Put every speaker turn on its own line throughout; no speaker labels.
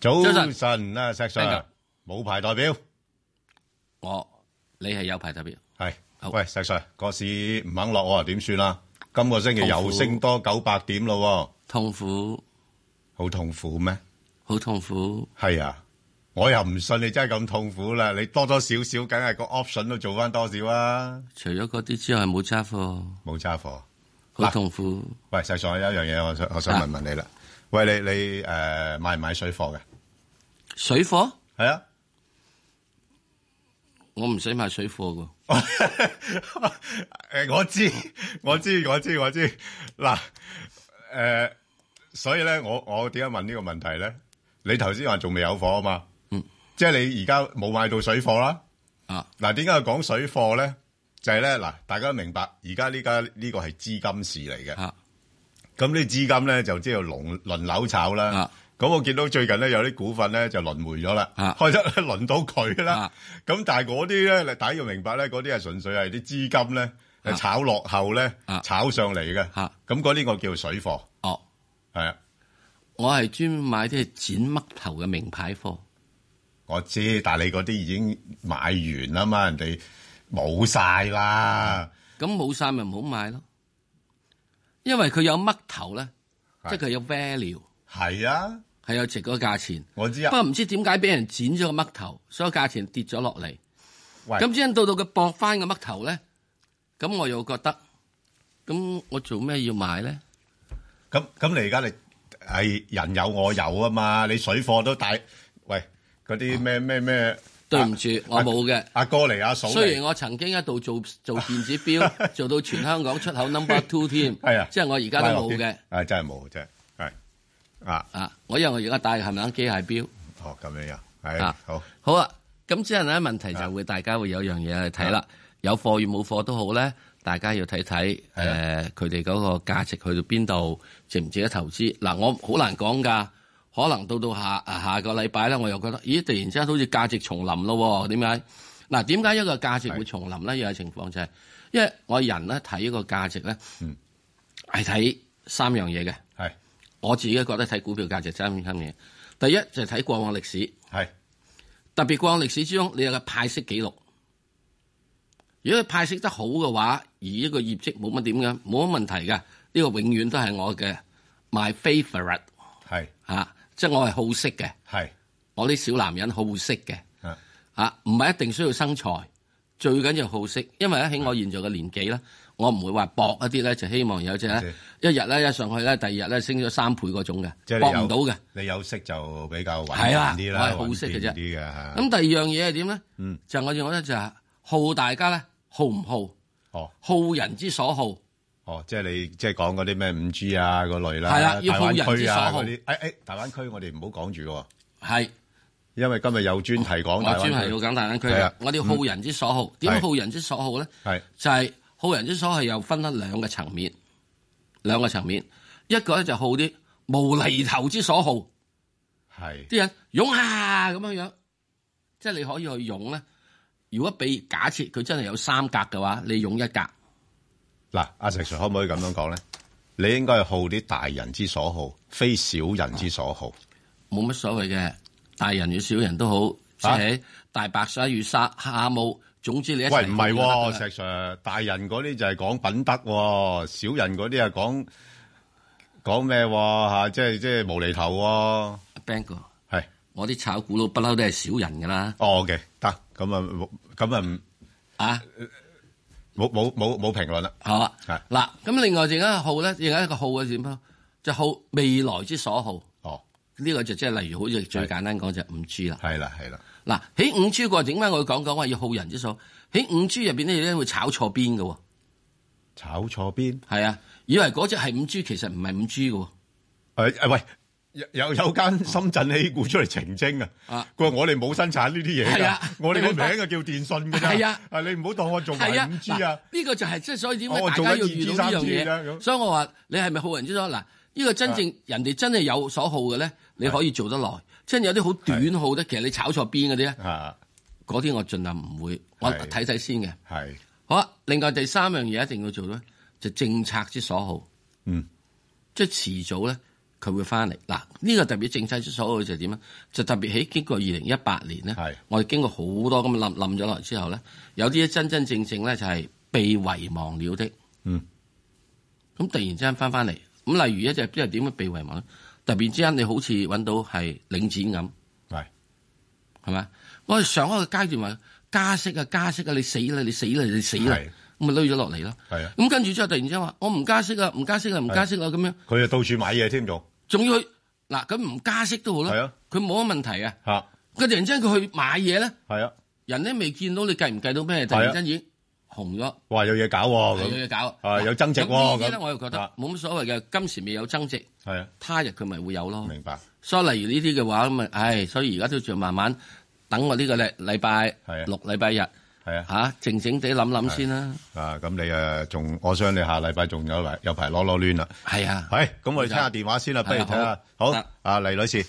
早
晨
晨啊，石 Sir，
Bingo
冇排代表
我你係有排特別，
係。
好
喂，石 Sir，個市唔肯落我啊，點算啊？今個星期
痛苦
又升多九百點咯
痛苦，
喎，好痛苦咩？
好痛苦。
係啊，我又唔信你真係咁痛苦啦。你多多少少，梗係個 option 都做翻多少啊？
除咗嗰啲之外，冇揸貨，
冇揸貨。
好痛苦。
喂，石 Sir，有一樣嘢我想我想
啊
問問你啦。喂，你你誒買唔買水貨嘅？
水貨
係啊。
我唔使買水貨噶，
诶，呃我知， 我知，我知，我知。嗱，诶、所以咧，我我点解問呢個問題咧？你頭先話仲未有貨啊嘛？
嗯，
即係你而家冇買到水貨啦。
啊，
嗱，點解要講水貨咧？就係咧，嗱，大家明白，而家呢家呢個係資金市嚟嘅。
啊
咁呢資金咧就即係輪輪流炒啦
啊。
咁我見到最近咧有啲股份咧就輪回咗啦，
啊
開始輪到佢啦
啊。
咁但係嗰啲咧，你大家要明白咧，嗰啲係純粹係啲資金咧
啊
炒落後咧
啊
炒上嚟嘅。
啊
咁嗰啲我叫水貨，
哦，
係啊，
我係專門買啲係剪嘜頭嘅名牌貨，
我知，但係你嗰啲已經買完啦嘛，人哋冇晒啦，
咁冇晒咪唔好買咯，因為佢有嘜頭咧，
係
即係佢有 value，
係啊，
係有值嗰個價錢。
我知
不
啊。
過唔知點解俾人剪咗個嘜頭，所以價錢跌咗落嚟。
喂，
咁之後到到佢搏翻個嘜頭咧，咁我又覺得，咁我做咩要買咧？
咁咁你而家你係人有我有啊嘛，你水貨都帶喂嗰啲咩咩咩，
對唔住，我冇嘅。
阿哥嚟阿嫂
雖然
嚟，
我曾經一度做做電 子錶，做到全香港出口 number two 添，
係啊
即係我而家都冇嘅。
啊真係冇真係係啊
啊，我因為我而家戴係咪啊機械錶？
哦咁樣樣係
啊
好啊
好啊，咁之後咧問題就會大家會有樣嘢去睇啦，有貨與冇貨都好咧，大家要睇睇
係啊
誒佢哋嗰個價值去到邊度，值唔值得投資？嗱，我好難講㗎，可能到到下啊下個禮拜咧，我又覺得，咦，突然之間好似價值重臨咯喎，點解？嗱，點解一個價值會重臨咧？有嘅情況就係、因為我人咧睇一個價值咧
嗯，
係睇三樣嘢嘅。
係
我自己覺得睇股票價值三三樣嘢，第一就係睇過往歷史。
係
特別過往歷史之中，你有個派息記錄。如果佢派息得好嘅話，而一個業績冇乜點嘅，冇乜問題嘅，呢、個永遠都係我嘅 my favourite
係
嚇、啊即係我係好色嘅，
係
我啲小男人好色嘅
啊
嚇，唔、係一定需要生財，最緊要好色，因為咧喺我現在嘅年紀咧，我唔會話搏一啲咧，就希望有隻咧一日咧一上去咧，第二日咧升咗三倍嗰種
即係
嘅，
你
搏
有
唔到嘅。
你有息就比較穩
係啦
健啲
我
啦，
係好息嘅啫
穩健啲嘅嚇
咁第二樣嘢係點咧？
啊嗯
就我認為咧就係好大家咧，好唔好？
哦
好人之所好，
哦，即係你即係講嗰啲咩五 G 啊嗰類啦，
係啦要
大
好人
灣區啊
之所好
嗰啲，誒誒大灣區我哋唔好講住喎，
係
因為今日有專題
我
講大
哦專
灣
係
區
要。講大灣區
係
嘅
啊。
我哋好人之所好，點
係
好人之所好咧？
係
就係好人之所好又分得兩個層面，兩個層面，一個咧就好啲無厘頭之所好，
係
啲人湧啊咁樣樣，即係你可以去湧咧。如果俾假設佢真係有三格嘅話，你湧一格，
嗱，阿石 Sir 可唔可以咁樣講咧？你應該係好啲大人之所好，非小人之所好。
啊冇乜所謂嘅，大人與小人都好，即
啊
係大白鯊與沙蛤蟆，總之你一齊
喂，唔係
好
喎，
就
石
得㗎啦
Sir，大人嗰啲就係講品德喎，小人嗰啲係講講咩喎嚇？即係即係無厘頭喎。
Bang 哥，
係，
我啲炒股佬不嬲都係小人㗎啦，
哦，OK，得，咁啊，冇咁啊，唔
啊，
冇冇冇冇評論啦。
好啊
係，
嗱，咁另外另一個好咧，另外一個好嘅點啊，就好未來之所好，
哦，
呢、個就即係例如好似最簡單講就五 G 啦。
係啦，係啦，
嗱，喺五 G 個點解我會講講話要好人之所好？喺五 G 入邊咧，有啲人會炒錯邊嘅喎，
炒錯邊？
係啊，以為嗰只係五 G，其實唔係五 G 嘅喎。
誒誒，喂，有有有間深圳 A 股出嚟澄清啊！
啊
佢話我哋冇生產呢啲嘢
係
㗎
啊，
我哋個
你冇
名啊叫電信㗎咋。
係啊，
啊你唔好當我做埋
係啊，
五 G 啊。
嗱呢個就係即係所以點解
哦
大
做
家
緊
要遇到呢
2G 3G
樣嘢，
咁啊
所以我話你係咪好人之所嗱？呢個真正人哋真係有所好嘅咧，你可以做得耐。真係有啲好短好咧，其實你炒錯邊嗰啲咧，
啊，
嗰啲我盡量唔會，我
係
睇睇先嘅。
係，
好啊，另外第三樣嘢一定要做咧，就政策之所好，
嗯，
即係遲早咧，佢會翻嚟。嗱，呢個特別政策之所好就係點咧？啊就特別喺經過二零一八年
係
咧，我哋經過好多咁冧冧咗落嚟之後咧，有啲真真正正咧就係被遺忘了的。
嗯，
咁突然之間翻翻嚟，咁例如一隻即係點樣被遺忘咧？突然之間你好似揾到係領展咁，
係
係咪？我哋上一個階段話加息啊，加息啊，你死啦，你死啦，你死啦
係，
咁咪攞咗落嚟咯。
係啊，
咁跟住之後，突然之間話我唔加息啊，唔加息啊，唔加息啊，咁樣，
佢就到處買嘢添仲
仲要去嗱，咁唔加息都好
係
啦
啊，
佢冇乜問題啊。
嚇，
佢突然之間佢去買嘢咧，
係啊，
人咧未見到你計唔計到咩，突然之間已經紅咗，
哇有嘢搞喎
係
咁，
有嘢搞。
啊有增值喎
咁呢啲咧
咁
我又覺得
啊
冇乜所謂嘅，今時未有增值，
係啊，
他日佢咪會有咯。
明白，
所以例如呢啲嘅話咁啊，唉，所以而家都仲慢慢等我呢個禮禮拜
係啊
六禮拜日
係啊，
嚇靜靜地諗諗先啦。
啊咁你誒仲，我相信你下禮拜仲有排有排攞攞攣啦。
係啊，
係，咁我哋聽下電話先啦，不如睇下，好
得，
啊黎女士，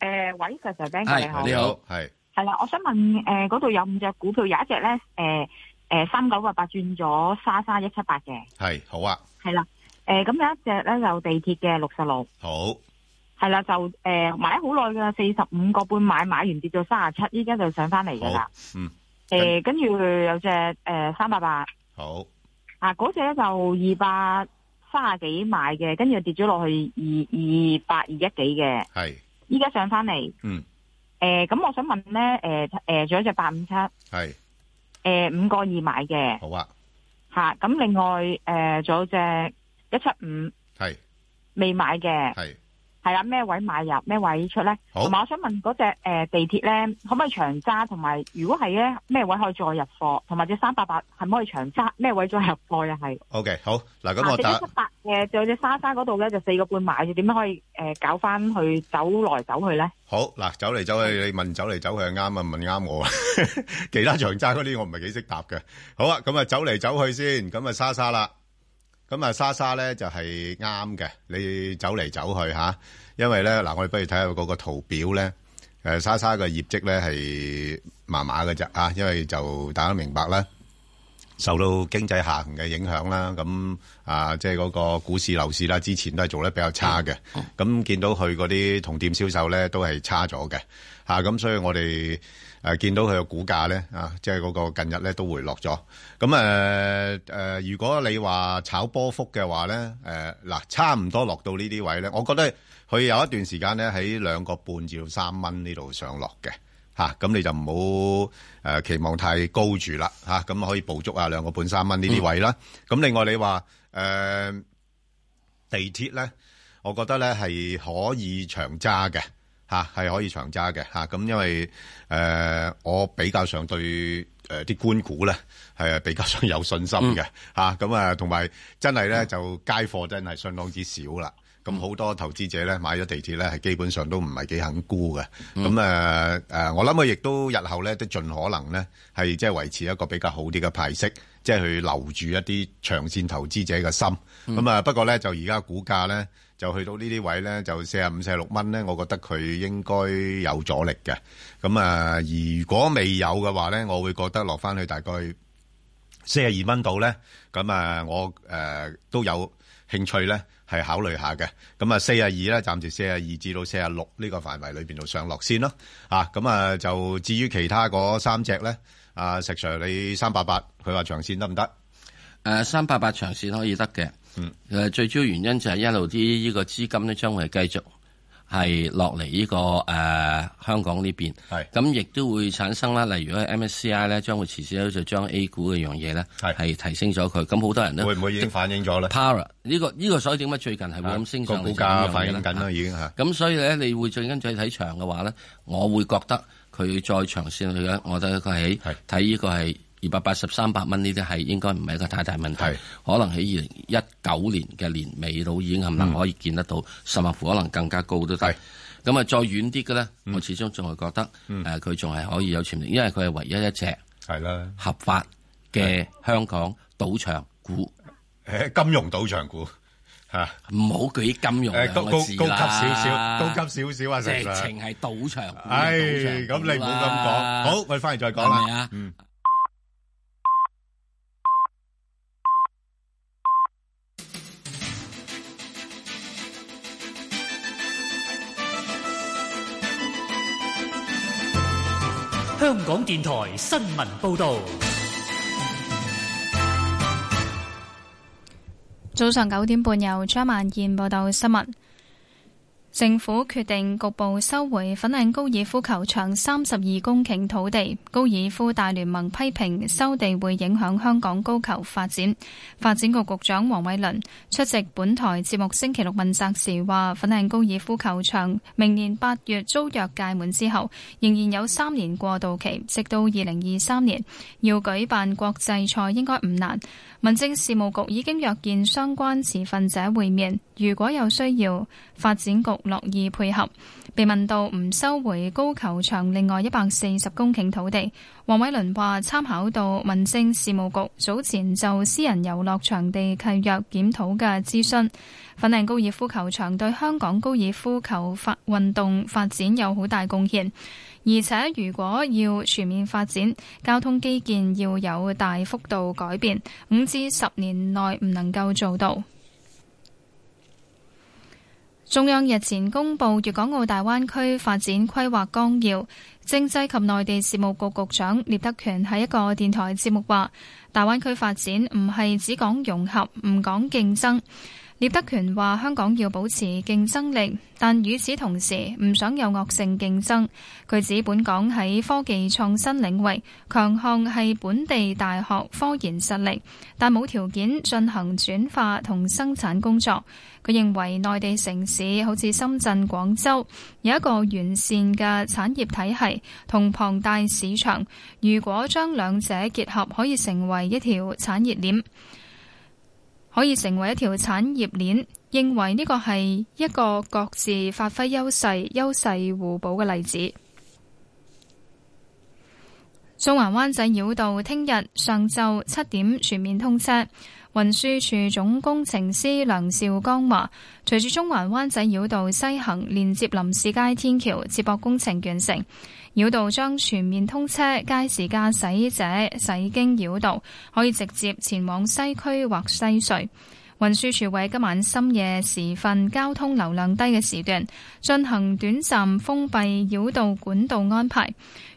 诶，呃喂，Sir Sir Ben 哥
係
你好，
你
系
好
係
啦，我想問诶，嗰度有五隻股票，有一隻咧，诶诶三九八八轉咗莎莎一七八嘅，
係好啊，
係啦，诶咁有一隻咧就地鐵嘅六十六，
好
係啦就诶買咗好耐㗎，四十五個半買，買完跌到三十七，依家就上翻嚟㗎啦
好，，嗯，
诶跟住有隻诶三八八
好
啊，嗰隻咧就二百三十幾買嘅，跟住跌咗落去二二百二一幾嘅，
係，
依家上翻嚟，
嗯
诶呃咁我想問咧，诶诶呃仲有一隻八五七。
係
诶五個二買嘅
好啊，
吓，咁、另外诶仲、有隻一七五
係
未買嘅，
係
係啦，咩位買入，咩位出咧？
好
同埋我想問嗰隻诶地鐵咧，可唔可以長揸？同埋如果係咧，咩位可以再入貨？同埋隻三八八係唔可以長揸？咩位再入貨又係？
，OK 好，嗱咁
啊
我
隻
打
一七。八嘅，仲有隻莎莎嗰度咧，就四個半買嘅，點樣可以诶、呃搞翻去走來走去咧？
好嗱，走嚟走去，你問走嚟走去係啱啊，問啱我啊。 其他長揸嗰啲我唔係幾識答嘅。好啊，咁啊走嚟走去先，咁啊莎莎啦，咁啊莎莎咧就係啱嘅，你走嚟走去吓，因為咧嗱，我哋不如睇下嗰個圖表咧，誒莎莎嘅業績咧係麻麻嘅啫啊，因為就大家明白啦。受到經濟下行嘅影響啦，咁啊，即係嗰個股市、樓市啦，之前都係做得比較差嘅。咁見到佢嗰啲同店銷售咧，都係差咗嘅嚇。咁、所以我哋誒、呃、見到佢嘅股價咧啊，即係嗰個近日咧都回落咗。咁誒誒，如果你話炒波幅嘅話咧，誒、嗱，差唔多落到呢啲位咧，我覺得佢有一段時間咧喺兩個半至到三蚊呢度上落嘅。嚇，咁、你就唔好誒期望太高住啦嚇，咁、可以捕捉啊兩個半三蚊呢啲位啦。咁、另外你話誒、呃地鐵咧，我覺得咧係可以長揸嘅嚇，係、可以長揸嘅嚇。咁、因為誒、呃我比較上對誒啲、官股咧係比較上有信心嘅嚇，咁啊同埋真係咧就街貨真係相當之少啦。咁好多投資者咧買咗地鐵咧，係基本上都唔係幾肯沽嘅。咁誒誒，我諗佢亦都日後咧都盡可能咧係即係維持一個比較好啲嘅派息，即係去留住一啲長線投資者嘅心。咁啊、不過咧就而家股價咧就去到呢啲位咧就四十五、四十六蚊咧，我覺得佢應該有阻力嘅。咁啊、如果未有嘅話咧，我會覺得落翻去大概四十二蚊度咧，咁啊，我誒、呃都有興趣咧，係考慮下嘅。咁啊，四十二咧，暫時四十二至到四十六呢個範圍裏邊度上落先咯。啊，咁啊，就至於其他嗰三隻咧，啊，石 Sir 你三八八，佢話長線得唔得？
誒呃三八八長線可以得嘅，誒、
嗯
最主要原因就係一路啲呢個資金咧將會繼續係落嚟呢個誒、呃香港呢邊，
係
咁亦都會產生啦，例如咧 MSCI 咧將會遲啲就將 A 股嘅樣嘢咧
係
係提升咗佢，咁好多人咧
會唔會已經反映咗咧？
para 呢、個呢、個所以點解最近係會咁升
啊個
上嚟
股
就係呢樣
價
嘢
反映緊
啦啊
啦，已經啊嚇。
咁所以咧，你會最跟住睇長嘅話咧，我會覺得佢再長線去咧，我覺得佢
係
喺睇呢個係二百八十三百蚊呢啲係應該唔係一個太大問
係
題，可能喺二零一九年嘅年尾到已經冚唪唥可以見得到，甚至乎可能更加高都
嗯係嗯
得。咁啊，再遠啲嘅咧，我始終仲係覺得誒佢仲係可以有潛力，因為佢係唯一一隻
係啦，
合法嘅香港賭場股，
誒金融賭場股嚇，
唔好舉金融
誒
兩
高高
個
高
字
級少少，
啦
高級少少啊，石
直
Sir。
情係賭場股
唉，
嘅賭場股啦。
咁你唔好咁講。好，我哋翻嚟再講
係咪
啦
啊。
嗯。
Hãy subscribe cho kênh Ghiền Mì Gõ Để không bỏ lỡ 香港電台新聞報導。
早上九點半，由張萬燕報道新聞。政府決定局部收回粉嶺高爾夫球場三十二公頃土地。高爾夫大聯盟批評收地會影響香港高球發展。發展局局長黃偉綸出席本台節目星期六問責時話，粉嶺高爾夫球場明年八月租約屆滿之後，仍然有三年過渡期，直到二零二三年要舉辦國際賽應該唔難。民政事務局已經約見相關持份者會面，如果有需要，發展局樂意配合。被問到唔收回高球場另外一百四十公頃土地，黃偉綸話參考到民政事務局早前就私人遊樂場地契約檢討嘅諮詢，粉嶺高爾夫球場對香港高爾夫球發運動發展有好大貢獻。而且如果要全面發展，交通基建要有大幅度改變，五至十年內唔能夠做到。中央日前公布《粵港澳大灣區發展規劃綱要》，政制及內地事務局局長聶德權喺一個電台節目話：大灣區發展唔係只講融合，唔講競爭。聶德權話：香港要保持競爭力，但與此同時唔想有惡性競爭。佢指本港喺科技創新領域強項係本地大學科研實力，但冇條件進行轉化同生產工作。佢認為內地城市好似深圳、廣州有一個完善嘅產業體系同龐大市場，如果將兩者結合，可以成為一條產業鏈。可以成為一條產業鏈，認為呢個係一個各自發揮優勢、優勢互補嘅例子。中環灣仔繞道聽日上晝七點全面通車。運輸署總工程師梁兆剛話，隨住中環灣仔繞道西行連接林士街天橋接駁工程完成，繞道將全面通車，屆時駕駛者駛經繞道可以直接前往西區或西隧。運輸署會今晚深夜時分交通流量低嘅時段進行短暫封閉繞道管道安排，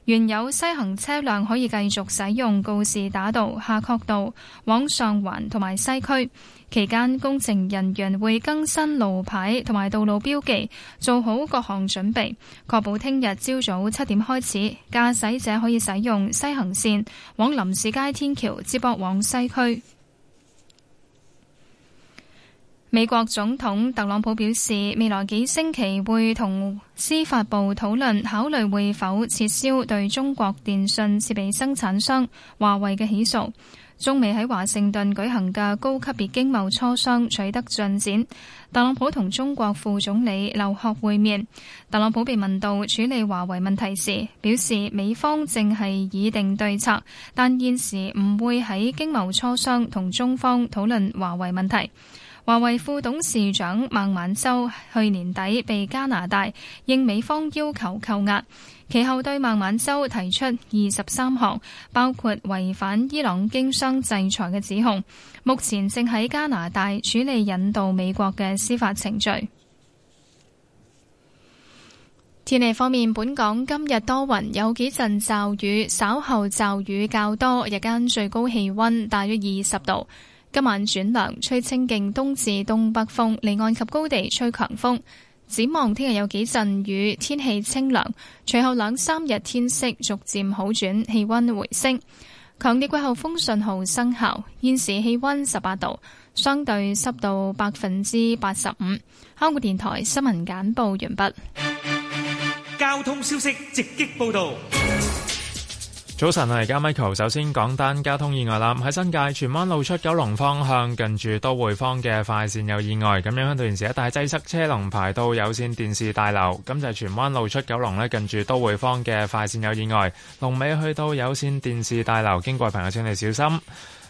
原有西行車輛可以繼續使用告士打道、夏慤道往上環同埋西區。期間，工程人員會更新路牌同埋道路標記，做好各項準備，確保聽日朝早七點開始，駕駛者可以使用西行線往林士街天橋接駁往西區。美國總統特朗普表示，未來幾星期會同司法部討論，考慮會否撤銷對中國電信設備生產商華為嘅起訴。中美喺華盛頓舉行嘅高級別經貿磋商取得進展，特朗普同中國副總理劉鶴會面。特朗普被問到處理華為問題時，表示美方正係擬定對策，但現時唔會喺經貿磋商同中方討論華為問題。華為副董事長孟晚舟去年底被加拿大應美方要求扣押，其後對孟晚舟提出二十三項包括違反伊朗經商制裁嘅指控，目前正喺加拿大處理引渡美國嘅司法程序。天氣方面，本港今日多雲，有幾陣驟雨，稍後驟雨較多，日間最高氣溫大約二十度。今晚轉涼，吹清勁東至東北風，離岸及高地吹強風。展望聽日有幾陣雨，天氣清涼。隨後兩三日天色逐漸好轉，氣温回升。強烈季候風信號生效，現時氣温十八度，相對濕度百分之八十五。香港電台新聞簡報完
畢。交通消息直擊報導。
早晨啊，而家 Michael 首先講單交通意外啦。喺新界荃灣路出九龍方向，近住都會坊嘅快線有意外，咁樣到現時一帶擠塞，車龍排到有線電視大樓。咁就係荃灣路出九龍呢，近住都會坊嘅快線有意外，龍尾去到有線電視大樓，經過朋友請你小心。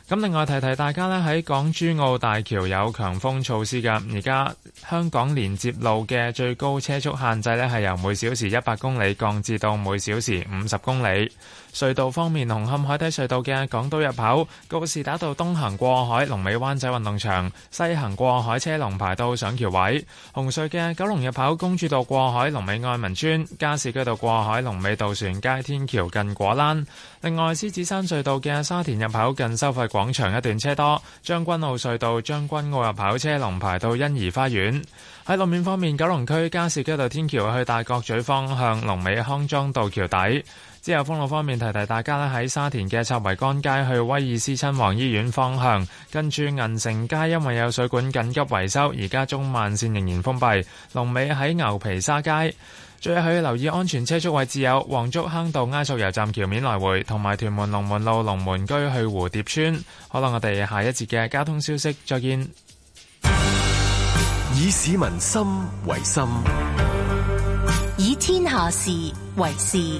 咁另外提提大家呢，喺港珠澳大橋有強風措施㗎。而家香港連接路嘅最高車速限制呢，係由每小時一百公里降至到每小時五十公里。隧道方面，紅磡海底隧道嘅港島入口告士打道東行過海，龍尾灣仔運動場；西行過海車龍排到上橋位。紅隧嘅九龍入口公主道過海，龍尾愛民村；加士居道過海，龍尾渡船街天橋近果欄。另外，獅子山隧道嘅沙田入口近收費廣場一段車多；將軍澳隧道將軍澳入口車龍排到欣怡花園。喺路面方面，九龍區加士居道天橋去大角咀方向，龍尾康莊道橋底。之後封路方面，提提大家咧喺沙田嘅插圍干街去威爾斯親王醫院方向，跟住銀城街，因為有水管緊急維修，而家中慢線仍然封閉，龍尾喺牛皮沙街。最後要留意安全車速位置有黃竹坑道埃索油站橋面來回，同埋屯門龍門路龍門居去蝴蝶村。好啦，我哋下一節嘅交通消息再見。
以市民心為心，
以天下事為事。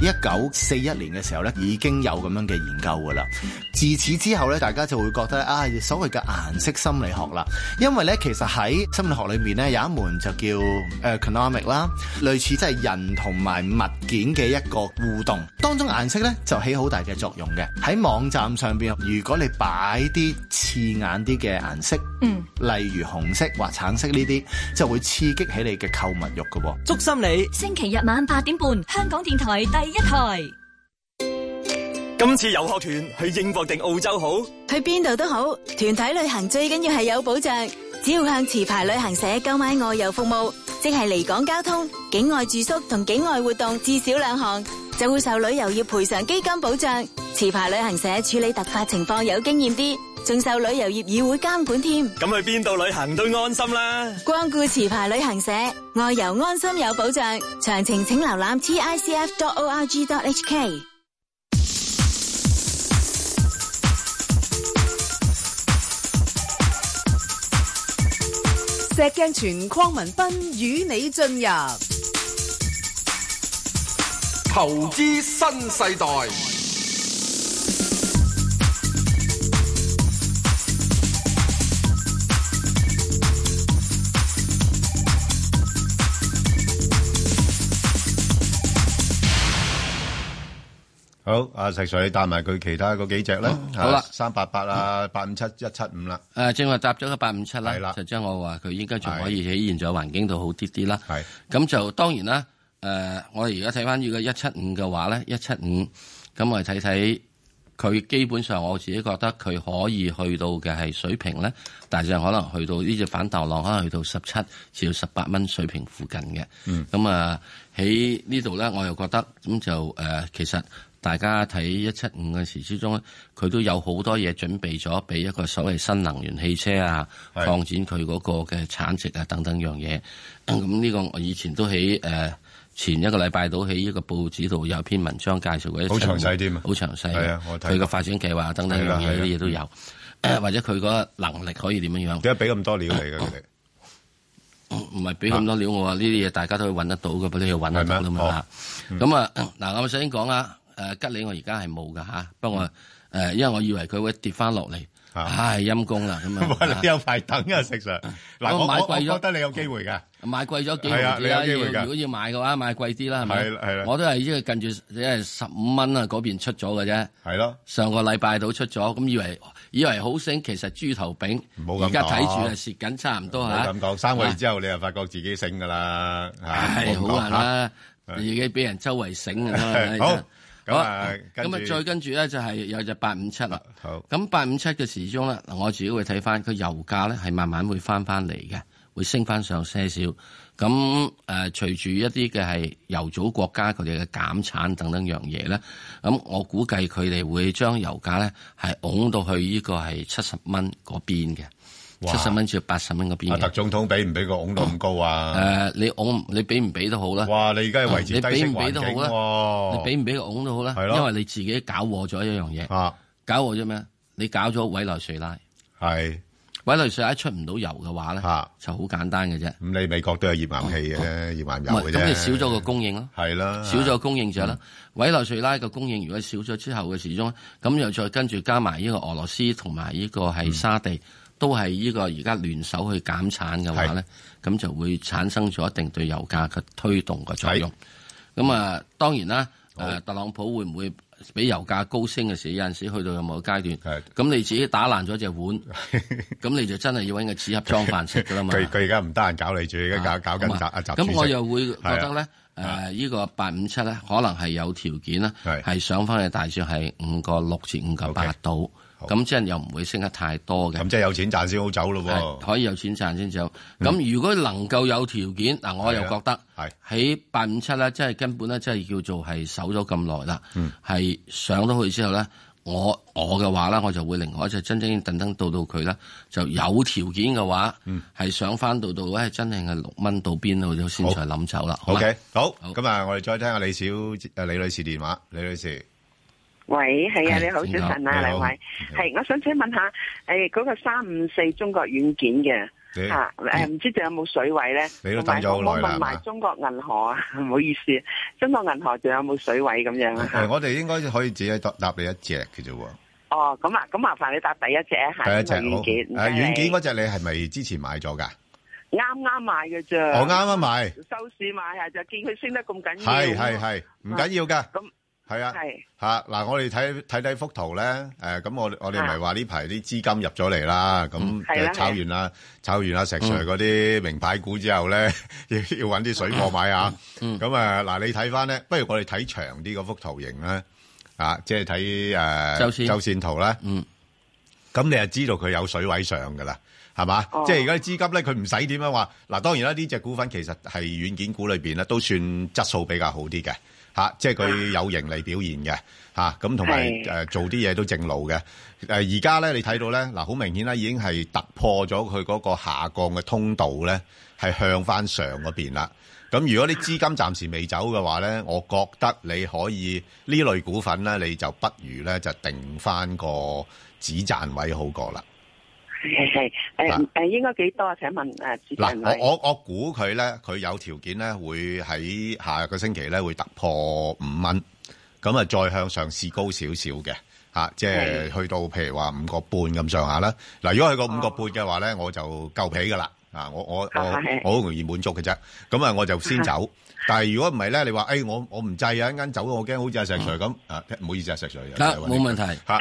一九四一年嘅時候咧，已經有咁樣嘅研究㗎啦。自此之後咧，大家就會覺得啊，所謂嘅顏色心理學啦，因為咧其實喺心理學裏面咧有一門就叫呃 economic 啦，類似即係人同埋物件嘅一個互動，當中顏色咧就起好大嘅作用嘅。喺網站上面，如果你擺啲刺眼啲嘅顏色，
嗯，
例如紅色或橙色呢啲，就會刺激起你嘅購物慾㗎喎。
祝心理。
星期日晚八點半，香港電台第一台。
今次遊學團去英國定澳洲好？
去邊度都好，團體旅行最緊要係有保障。只要向持牌旅行社購買外遊服務，即係離港交通、境外住宿同境外活動至少兩項，就會受旅遊業賠償基金保障。持牌旅行社處理突發情況有經驗啲，仲受旅遊業議會監管添。
咁去邊度旅行都安心啦！
光顧持牌旅行社，外遊安心有保障。詳情請瀏覽 ticf.org.hk。
石鏡泉鄺民彬與你進入
投資新世代，
好，阿石 Sir，你帶埋佢其他嗰幾隻啦。
好啦
三八八啊，八五七一七五啦。
誒，正話搭咗個八五七啦，就將我話佢應該仲可以喺現在環境度好啲啲啦。
係
咁就當然啦。誒、我哋而家睇翻呢個一七五嘅話咧，一七五咁我哋睇睇佢基本上我自己覺得佢可以去到嘅係水平咧，但係就可能去到呢只反彈浪可能去到十七至到十八蚊水平附近嘅。
嗯
咁啊喺呢度咧，我又覺得咁就誒、呃其實大家睇一七五嘅時之中咧，佢都有好多嘢準備咗俾一個所謂新能源汽車啊，
係
擴展佢嗰個嘅產值啊等等樣嘢。 咁呢個我以前都喺誒。呃前一個禮拜到喺呢個報紙度有篇文章介紹佢，
好詳細添啊
好詳細嘅
係啊我睇
佢嘅發展計劃啊等等樣
係啦係
嘢
啦
呢啲嘢都有， 或者佢嗰個能力可以點樣樣？
點解俾咁多料你嘅佢哋？
唔係
啊
俾咁多料我話呢啲嘢大家都揾得到嘅，俾你揾得到啦嘛嚇
嗯
咁啊嗱，我首先講啦，誒吉利我而家係冇㗎嚇，不過
嗯
誒因為我以為佢會跌翻落嚟，唉陰公 啦咁
啊哇
啊
你。有排等啊，石 Sir。嗱，
我
我
買
我我
貴咗
覺得你有機會㗎。
買貴咗幾毫
係啊
子啦，
你有機會㗎
要如果要買嘅話，買貴啲啦，係咪？
係啦係啦
我都係即係近住即係十五蚊啊，嗰邊出咗嘅啫。
係咯，
上個禮拜到出咗，咁以為以為好醒，其實豬頭餅。
好
而
咁
家睇
講
住係蝕緊，差唔
唔
多
好
嚇。
咁講，三個月
啊
之後你就發覺自己醒㗎啦。
唉，
係
好難啦，已經俾人周圍醒 㗎啦。
好
嗯啊
咁
真係
啊
好
跟
咁啊
住，
再跟住咧就係有隻八五七啦。
好，
咁八五七嘅時鐘咧，嗱我自己會睇翻佢油價咧係慢慢會翻翻嚟嘅，會升翻上些少。咁誒、呃，隨住一啲嘅係油組國家佢哋嘅減產等等樣嘢咧，咁我估計佢哋會將油價咧係拱到去呢個係七十蚊嗰邊嘅，
哇啊
七十蚊至八十蚊嗰邊
阿
嘅
特。總統俾唔俾個拱到咁 高啊？
誒，你拱你俾唔俾都好啦。啊
哇！你而家係維持
你
低息
俾唔俾
環
都
境
好啦
喎，
你俾唔俾個拱都好啦，
係咯
因為你自己搞禍咗一樣嘢。
啊，
搞禍咗咩？你搞咗委內瑞拉。
係。
委內瑞拉出唔到油嘅話咧，就好簡單嘅啫。
咁你美國都有頁岩氣嘅，頁岩油
唔係
嘅啫。
咁你少咗個供應咯，
係啦，嗯
少咗個供應就係啦。委內瑞拉嘅供應如果少咗之後嘅時鐘，咁又再跟住加埋呢個俄羅斯同埋呢個
嗯
係沙地，都係呢個而家聯手去減產嘅話咧，咁就會產生咗一定對油價嘅推動嘅作用。咁啊，當然啦，誒特朗普會唔會俾油價高升嘅時，有陣時去到某個階段，咁你自己打爛咗隻 碗，咁你就真係要揾個紙盒裝飯食噶啦嘛。
佢佢而家唔得閒 搞你住，而家搞搞緊
咁
習
啊
阿習主席
咁我又會覺得
係
咧
啊，
誒呢個八五七咧，可能係有條件啦，係上翻去大致係五個六至五個八度，咁即係又唔會升得太多嘅。
咁即係有錢賺先好走咯喎嗯
係可以有錢賺先走。咁如果能夠有條件，嗱我又
啊
覺得喺八五七咧，即係根本咧，即係叫做係守咗咁耐啦，係上到去之後咧。我我嘅話啦，我就會另外一隻真正等等到到佢啦，就有條件嘅話，
嗯
係、上翻到到咧，真係係六蚊到邊度先再諗走啦。好嘛
OK，好，咁啊，我哋再聽下李小誒李女士電話，李女士
喂，係啊，
係
你好，
你好
早晨啊，
你好
兩位，係，我想請問下，誒嗰個三五四中國軟件
你
嘅嚇，誒唔知仲有冇水位咧？
你都等咗好耐
同埋我
啦
問埋
係嘛
中國銀行啊， 唔好意思，中國銀行仲有冇水位咁樣啊？
誒，我哋應該可以自己答答你一隻嘅啫喎，
哦，咁啊，咁麻煩你答第一隻啊，
第一隻
嚇中國
好。
軟件，唔啊
誒，
該你
軟件嗰隻你係咪之前買咗㗎？
啱啱買嘅啫，
我啱啱買，
收市買係就見佢升得咁緊要，
係係係，唔緊要㗎。
咁
係啊。
係
吓嗱，我哋睇睇睇幅圖咧，誒、咁我我哋咪話呢排啲資金入咗嚟啦，咁
啊嗯係啦
誒炒完啦，炒完啦
嗯
石 Sir 嗰啲名牌股之後咧， 要要揾啲水貨買啊，
嗯
咁啊嗱，你睇翻咧，不如我哋睇長啲嗰幅圖形咧，啊，即係睇誒
周線
周線圖咧，
嗯，
咁你就知道佢有水位上噶啦。係嘛？
哦
即係而家啲資金咧，佢唔使點樣話。嗱，當然啦，呢只股份其實係軟件股裏邊咧，都算質素比較好啲嘅嚇，即係佢有盈利表現嘅嚇，咁同埋
係
誒做啲嘢都正路嘅。誒呃而家咧，你睇到咧，嗱，好明顯啦，已經係突破咗佢嗰個下降嘅通道咧，係向翻上嗰邊啦。咁如果啲資金暫時未走嘅話咧，我覺得你可以呢類股份咧，你就不如咧就定翻個止賺位好過啦。
係係誒誒，應該幾多啊？請問誒，主持
嗱，
人
我
位
我我估佢咧，佢有條件咧，會喺下個星期咧會突破五蚊，咁啊再向上試高少少嘅，嚇、即係去到譬如話五個半咁上下啦。嗱，如果去到五個半嘅話咧，我就夠皮噶啦，啊，我我我
係
我好容易滿足嘅啫，咁啊我就先走。但係如果唔係咧，你話誒、哎我我唔制啊，一陣間走我驚好似阿石 Sir 咁啊，唔好意思啊，石 Sir 又
得
又
冇問題。
嚇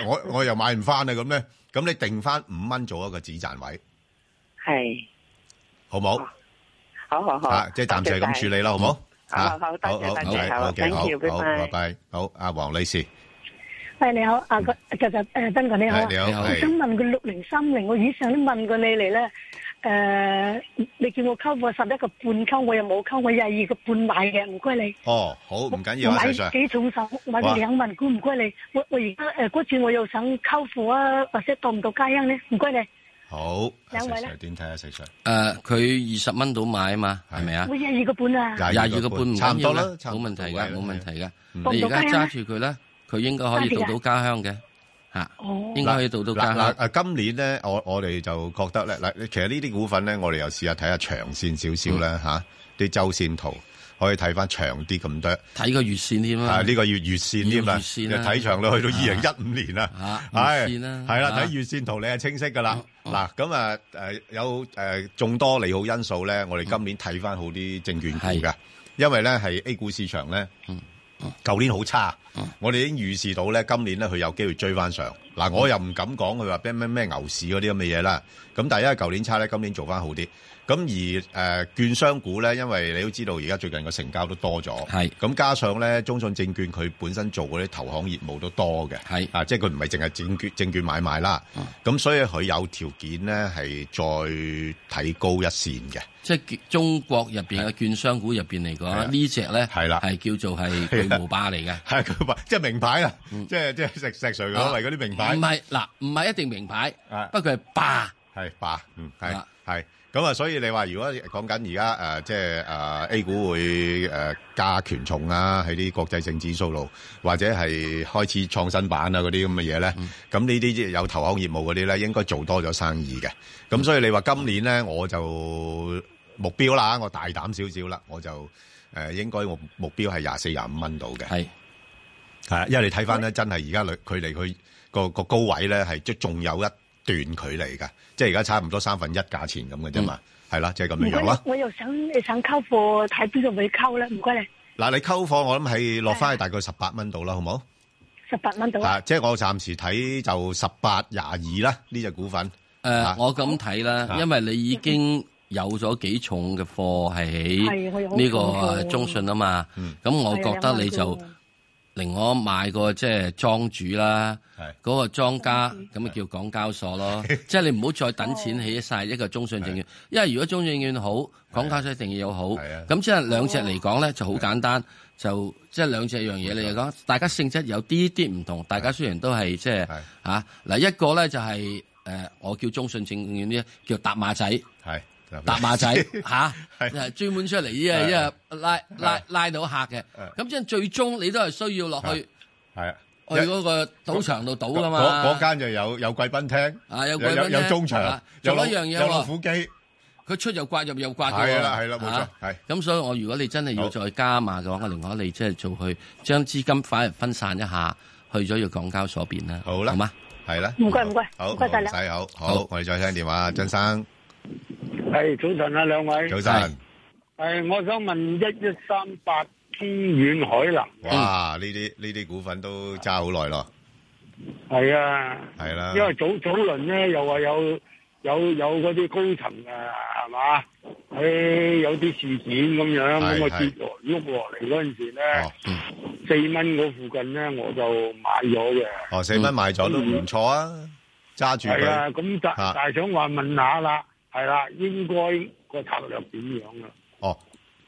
嚇，我我又買唔翻啊咁咧，咁你定翻五蚊做一個止賺位，
係
好冇？
好好好，
啊，即係暫時係咁處理啦，好冇？
好好
啊
多謝
好
多謝
好
好
好
thank you，
好好
拜拜
拜拜。好，阿黃女士，
喂，你好，啊，個就就誒，斌哥你好啊，
嗯係你好
我
係
想問佢六零三零，我以上都問過你嚟咧，誒，你叫我溝我十一個半溝，我又冇溝，我廿二個半買嘅，唔該你。
哦，好，唔緊要
我
啊，
買
石 Sir。
幾重手，買
哇
咗兩萬股，唔該你。我我而家誒嗰次我又想溝貨啊，或者當唔到家鄉咧，唔該你。
好，阿
兩
石
位咧
Sir 點睇啊，石 Sir？
誒，佢二十蚊到買啊嘛，係咪啊？
我廿二個半啊，
廿二個半唔緊要
差唔多啦
嘅冇問題㗎，冇問題㗎。
嗯
你而家揸住佢咧，佢應該可以到到家鄉嘅嚇，應該可以到到家鄉
嗱。嗱，誒今年咧，我我哋就覺得咧，嗱，其實呢啲股份咧，我哋又試下睇下長線少少
嗯
啦嚇，啲周線圖可以睇翻長啲咁多，
睇個月線添啦
啊，呢個月月線添啦，啊
要月線啦
睇長到去到二零
啊
一五年啦，
嚇月線啦
係係啦，
啊哦
睇月線圖你係清晰噶啦。嗱，咁啊誒有誒眾多利好因素咧，我哋今年睇翻好啲證券股嘅，因為咧係 A 股市場咧。
嗯
嗯舊年好差，我哋已經預示到咧，今年咧佢有機會追翻上。嗱，我又唔敢講佢話咩咩咩牛市嗰啲咁嘅嘢啦。咁但係因為舊年差咧，今年做翻好啲。咁而誒、呃券商股咧，因為你都知道而家最近個成交都多咗，係咁加上咧中信證券佢本身做嗰啲投行業務都多嘅，係嗯啊，即係佢唔係淨係證券證券買賣啦。咁、所以佢有條件咧係再睇高一線嘅。
即係中國入邊嘅券商股入邊嚟講，呢只咧係啦，係叫做係巨無霸嚟嘅，
係巨霸，即係名牌啦，即係即係石石 Sir 所謂嗰啲名牌
唔係嗱，唔係一定名牌，
啊
不過係霸，
係霸，嗯，係係。咁啊，所以你話如果講緊而家誒，即係誒 A 股會誒加權重啊，喺啲國際性指數度，或者係開始創新板啊嗰啲咁嘅嘢咧，咁呢啲有投行業務嗰啲咧，應該做多咗生意嘅。咁所以你話今年咧，我就目標啦，我大膽少少啦，我就誒應該我目標係廿四廿五蚊度嘅。
係
係啊，因為你睇翻咧，真係而家距距離佢個個高位咧，係即仲有一段距離㗎，即係而家差唔多三分一價錢咁嘅啫嘛，
嗯
係啦，即係咁樣樣啦。
我又想你想溝貨，睇邊度會溝咧？唔該你，
嗱，你溝貨我諗係落翻去大概十八蚊度啦，好冇？
十八蚊到
啊，即係我暫時睇就十八廿二啦，呢只股份。啊
誒，我咁睇啦，因為你已經有咗幾重嘅貨係
係我有
喺
好
呢個
重貨
誒中信啊嘛，咁我覺得你就另我買個即係莊主啦，嗰個莊家咁咪叫港交所 咯，即係你唔好再等錢起晒一個中信證券，因為如果中信證券好，港交所一定要有好，咁即係啊兩隻嚟講咧就好簡單，就即係兩隻樣嘢嚟講，大家性質有啲啲唔同，大家雖然都係即係嚇嗱一個咧就係誒我叫中信證券呢叫搭馬仔，
係
搭馬仔嚇，專門
哎
出嚟呢啊呢啊拉拉拉到客嘅，咁即係最終你都係需要落去。
係啊，
去嗰個賭場度賭噶嘛，
嗰嗰間就有有貴賓廳，
啊有貴賓
哎有有
廳
中場
啊，
有
仲
老
有一樣
有
嘢喎
老虎機，
佢出又刮入又刮嘅喎
係啦係啦冇錯
啊
係
咁所以我如果你真係要再加碼嘅話，我另外你即係做去將資金反而分散一下，去咗要港交所邊啦。好啦，好嘛，
係啦
唔該唔該，
好
唔該晒你
唔。使啊好，好，我哋再聽電話，曾生，
系早晨啊，两位。
早晨。
诶，呃我想问一一三八天远海南。
哇！呢啲呢啲股份都揸好耐咯，
系啊，
係啦，
因为早早轮咧又话有有有嗰啲高层啊，系嘛？诶，有啲事件咁样，
係
咁
係
我
哦嗯
跌落喐落嚟嗰阵时咧，四蚊嗰附近咧我就买咗嘅。
哦四蚊買咗都唔錯啊，揸住
系啊，
佢。
咁但
啊
但系想话问下啦，系啦，应该个策略点样啊？
哦，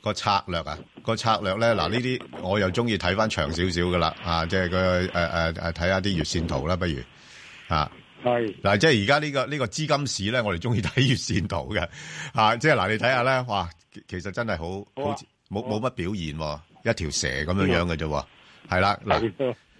個策略啊，個策略咧，嗱呢啲我又中意睇翻長少少噶啦，啊，即係佢誒誒誒呃睇下啲月線圖啦，不如啊。
係
嗱，即係而家呢個呢、個資金市咧，我哋中意睇月線圖嘅，啊，即係嗱，你睇下咧，哇，其其實真係好好似冇冇乜表現喎，一條蛇咁樣樣嘅啫喎，係啦，嗱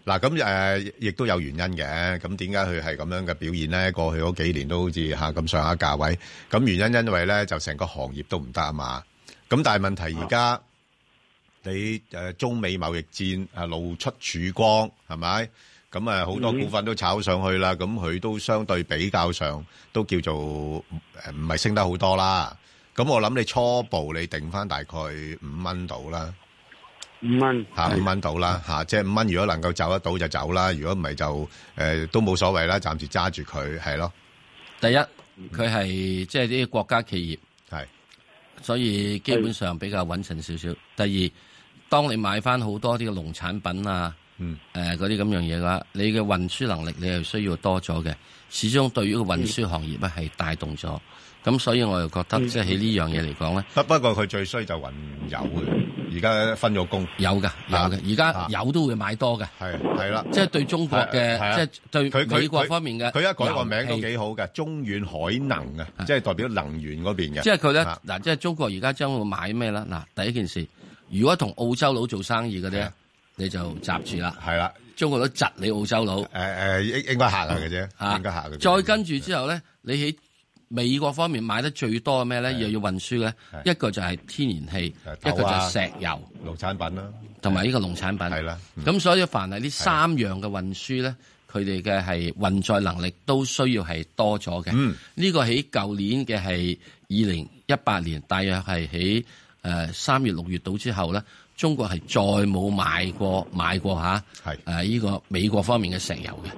嗱咁誒，亦都有原因嘅，咁點解佢係咁樣嘅表現咧？過去嗰幾年都好似嚇咁上下價位，咁原因因為咧就成個行業都唔得啊嘛，咁但係問題而家。你誒中美貿易戰啊露出曙光係咪？咁誒好多
嗯
股份都炒上去啦，咁佢都相對比較上都叫做誒唔係升得好多啦。咁我諗你初步你定翻大概五蚊度啦，
五蚊
嚇五蚊度啦嚇，即係五蚊如果能夠走得到就走啦，如果唔係就誒、都冇所謂啦，暫時揸住佢係咯。
第一，佢係即係啲國家企
業，係，
所以基本上比較穩陣少少。第二，當你買翻好多啲嘅農產品啊，
嗯，
誒嗰啲咁樣嘢嘅話，你嘅運輸能力你係需要多咗嘅。始終對於個運輸行業咧係帶動咗，咁所以我又覺得
嗯
即係喺呢樣嘢嚟講咧，
不不過佢最衰就雲有嘅，而家分咗工。
有㗎，有嘅，而家有都會買多嘅。
係係啦，
即係對中國
係
嘅
係啊
即係對
佢佢
美國
佢
方面嘅
佢一改個名
油
都
氣
幾好嘅，中遠海能啊，即係代表能源嗰邊嘅。
即係佢咧
啊
嗱，即係中國而家將會買咩啦？嗱，第一件事，如果同澳洲佬做生意嘅咧，你就閘住啦。
啊係啦，
中國佬窒你澳洲佬。誒啊
誒，應應該嚇下嘅啫啊應該嚇嘅啫
再跟住之後咧，你喺美國方面買得最多嘅咩咧？又要運輸咧，一個就係天然氣，一個就
豆啊
係石油、
農產品啦，
同埋呢個農產品。係
啦。嗯
咁所以凡係呢三樣嘅運輸咧，佢哋嘅係運載能力都需要係多咗嘅。
嗯
呢個喺舊年嘅係二零一八年，大約係喺誒三月六月度之後咧，中國係再冇買過買過嚇誒呢個美國方面嘅石油嘅。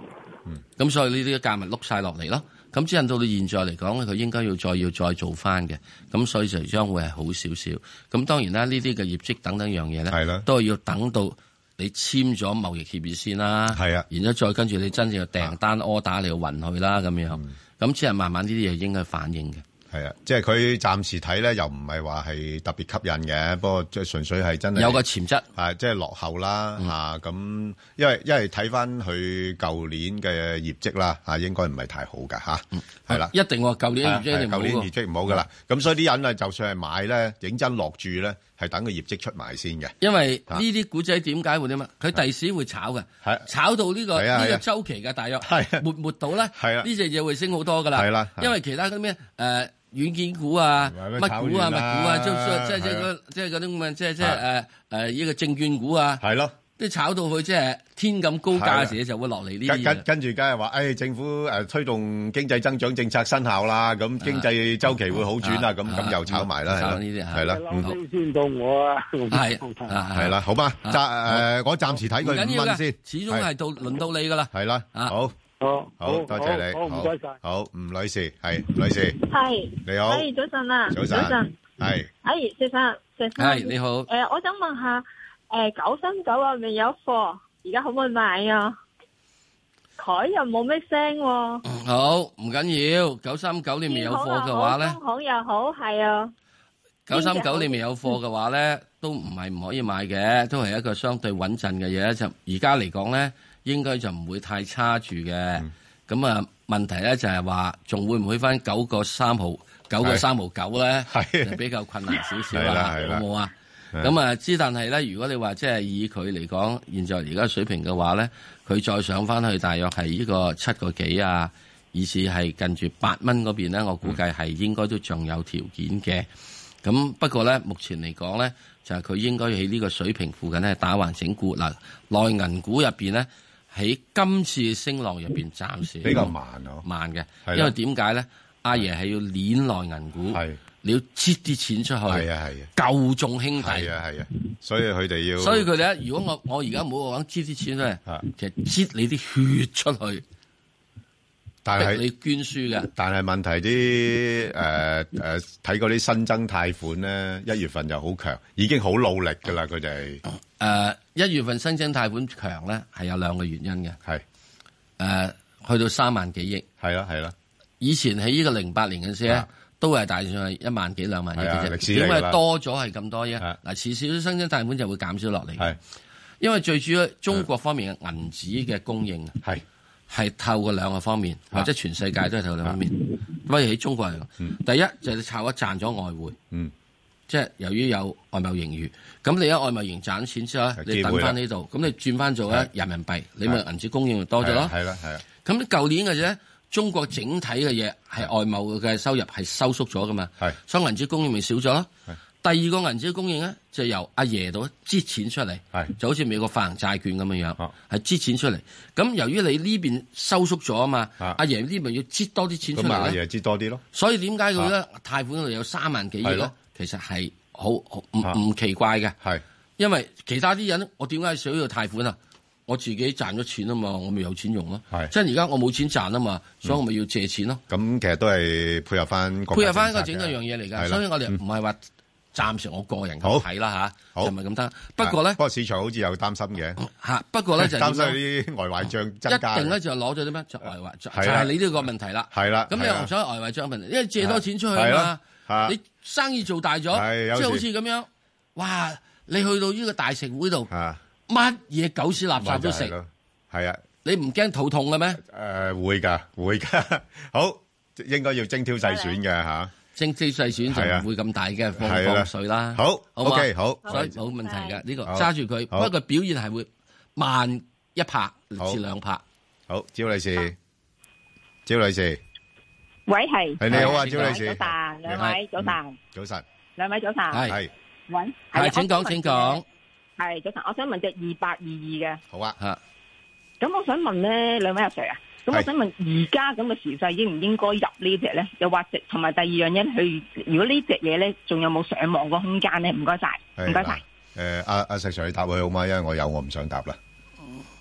嗯，
咁所以呢啲價咪碌晒落嚟咯。咁只能到到現在嚟講咧，佢應該要再要再做翻嘅，咁所以就將會係好少少。咁當然啦，呢啲嘅業績等等樣嘢咧，都係要等到你簽咗貿易協議先啦。係啊，然之後再跟住你真正嘅訂單 order 你要運去啦咁樣。咁只係慢慢呢啲嘢應該反映嘅。
系啊，即係佢暫時睇咧，又唔係話係特別吸引嘅，不過即係純粹係真係
有個潛質，嗯
係即係落後啦嚇。咁、因為因為睇翻佢舊年嘅業績啦嚇，應該唔係太好噶嚇，係啦、
嗯一定喎，舊年
係啊
業績一定唔好
舊年
喎
業績唔好噶啦。咁所以啲人啊，就算係買咧，認真落注咧，係等佢業績出埋先嘅。
因為呢啲股仔點解會點啊？佢第時會炒嘅，炒到呢個
係啊
呢
係
個
啊
周期嘅大約末末到咧，
啊
呢只嘢會升好多噶啦。
係啦係
因為其他嗰啲咩誒軟件股啊、
咪
乜股啊、
炒完啦
乜股啊，即即即即
係
嗰
啊
即係嗰啲咁嘅即係即係誒
係
誒呢個證券股啊，
係咯，
都炒到佢即係天咁高價嘅時候就會落嚟呢啲
跟跟
嘢。
跟住，梗係話，誒政府誒推動經濟增長政策生效啦，咁經濟周期會好轉啦，咁咁又炒埋啦，係啦，係啦，嗯
先到我啊，
係啊
係啦，好嘛，
啊
揸誒，我暫時睇
唔
佢
緊
五
要
蚊
嘅，
先，
始終係到輪到你噶啦。
係啦，好，
好，
好多謝你，
好好唔該晒
好，吳女士，係吳女士，
系
你好
系早晨啊，
早晨
晨，
係
哎，石生，石生，
係你好
诶、我想问下，诶、九三九啊，未有货，而家可唔可以买啊？佢又冇咩声喎，
好，唔緊要，九三九你未有貨嘅話咧
天。空又好，中行又好，系啊，
九三九你未有貨嘅話咧，都唔係唔可以買嘅，都係一個相對穩陣嘅嘢。就而家嚟講咧，應該就唔會太差住嘅。咁啊、問題咧就係話，仲會唔會翻九個三毫、九個三毫九咧？就比較困難少少
係啦
啦，
係
好
啦
冇啊？
係
咁啊，之但係咧，如果你話即係以佢嚟講，現在而家水平嘅話咧，佢再上翻去大約係呢個七個幾啊，以至係近住八蚊嗰邊咧，我估計係應該都仲有條件嘅。咁不過咧，目前嚟講咧，就係、佢應該喺呢個水平附近咧打橫整固。嗱，內銀股入邊咧，喺今次升浪入邊暫時
比較慢咯，
慢嘅
係，啦
因為點解咧？阿爺係要攣內銀股，你要擠啲錢出去，
係啊係啊，
救眾兄弟，係
啊係啊，所以佢哋要，
所以佢哋咧，如果我我而家冇話擠啲錢出去，其實擠你啲血出去，
但係
逼你捐輸嘅。
但係問題啲誒誒睇嗰啲新增貸款咧，一月份就好強，已經好努力㗎啦，佢哋
誒呃一月份新增貸款強咧，係有兩個原因嘅。呃
係誒、
去到三萬幾億。
係啦，係啦。
以前喺呢個零八年嘅時咧
啊，
都係大上係一萬幾兩萬億
係啊
嘅啫。
歷史嚟㗎
點
啦
解多咗係咁多啫？嗱，遲少新增貸款就會減少落嚟。
係
因為最主要中國方面嘅銀紙嘅供應啊
係
係透過兩個方面，或者全世界都係透過兩方面。不過喺中國嚟講，第一就係你炒一賺咗外匯。
嗯。
即係由於有外貿盈餘，咁你喺外貿盈賺錢之後咧，
有
你
機會啦
等翻呢度，咁你轉翻做咧
係
人民幣，你咪銀紙供應咪多咗咯。
係啦，係啊啦，
咁你舊年嘅啫，中國整體嘅嘢係外貿嘅收入係收縮咗噶嘛，所以銀紙供應咪少咗咯。第二個銀紙供應咧，就由阿爺度支錢出嚟，就好似美國發行債券咁樣
哦
樣，係支錢出嚟。咁由於你呢邊收縮咗啊嘛，阿爺呢邊要支多啲錢出
咁啊咪阿
嚟
爺
咧，
知多啲咯。
所以點解佢咧
啊
貸款嗰度有三萬幾億
係
咧
咯？啊
其實係好好唔唔奇怪嘅，
係
因為其他啲人我點解需要貸款啊？我自己賺咗錢啊嘛，我咪有錢用咯。
係嗯
即係而家我冇錢賺啊嘛，所以我咪要借錢咯。
咁其實都係配合翻
配合翻個整個樣嘢嚟㗎，所以我哋
嗯
唔係話暫時我個人咁睇啦
好啊
吓，就唔係咁得。不過咧
不，過市場好似有擔心嘅
嚇不 過咧就係
擔心
點咧
啲外壞帳增加。
一定咧就攞咗啲咩就外匯，就就
係啦
係你呢個問題啦。
係啦
咁你
係啊
又
啦
唔想外匯帳問題，因為借多錢出去
係
啊
啦
嘛
嚇，
你生意做大咗，
係有
即係好
時
似咁樣，哇！你去到呢個大食會度，乜嘢狗屎垃圾都
啊咪就係
食
咯，係啊，
你唔驚肚痛嘅咩？
誒會㗎， 會㗎。好，應該要精挑細選嘅嚇。
精挑細選就唔會咁大嘅放
係啦
放水啦。
好
好嘛
OK，好
所以冇問題嘅呢個
好
揸住佢，
好
不過表現係會慢一拍至兩拍。
好，招女士，招女士，
喂，系
係你好啊招女士
早晨，兩位早晨，
早晨，
兩位早晨，
係
喂，
係
Dạ,
請講請講，
係早晨，我想問只二八二二嘅，
好啊，
嚇。
咁我想問咧，兩位阿
à?
Sir 啊，咁我想問而家咁嘅時勢應唔應該入呢只咧？又或者同埋第二樣嘢，佢如果呢只嘢咧，仲有冇上網個空間咧？唔該晒，
係
唔該晒。
嗱誒阿阿石 Sir 你答佢好嘛？因為我有我唔想答啦。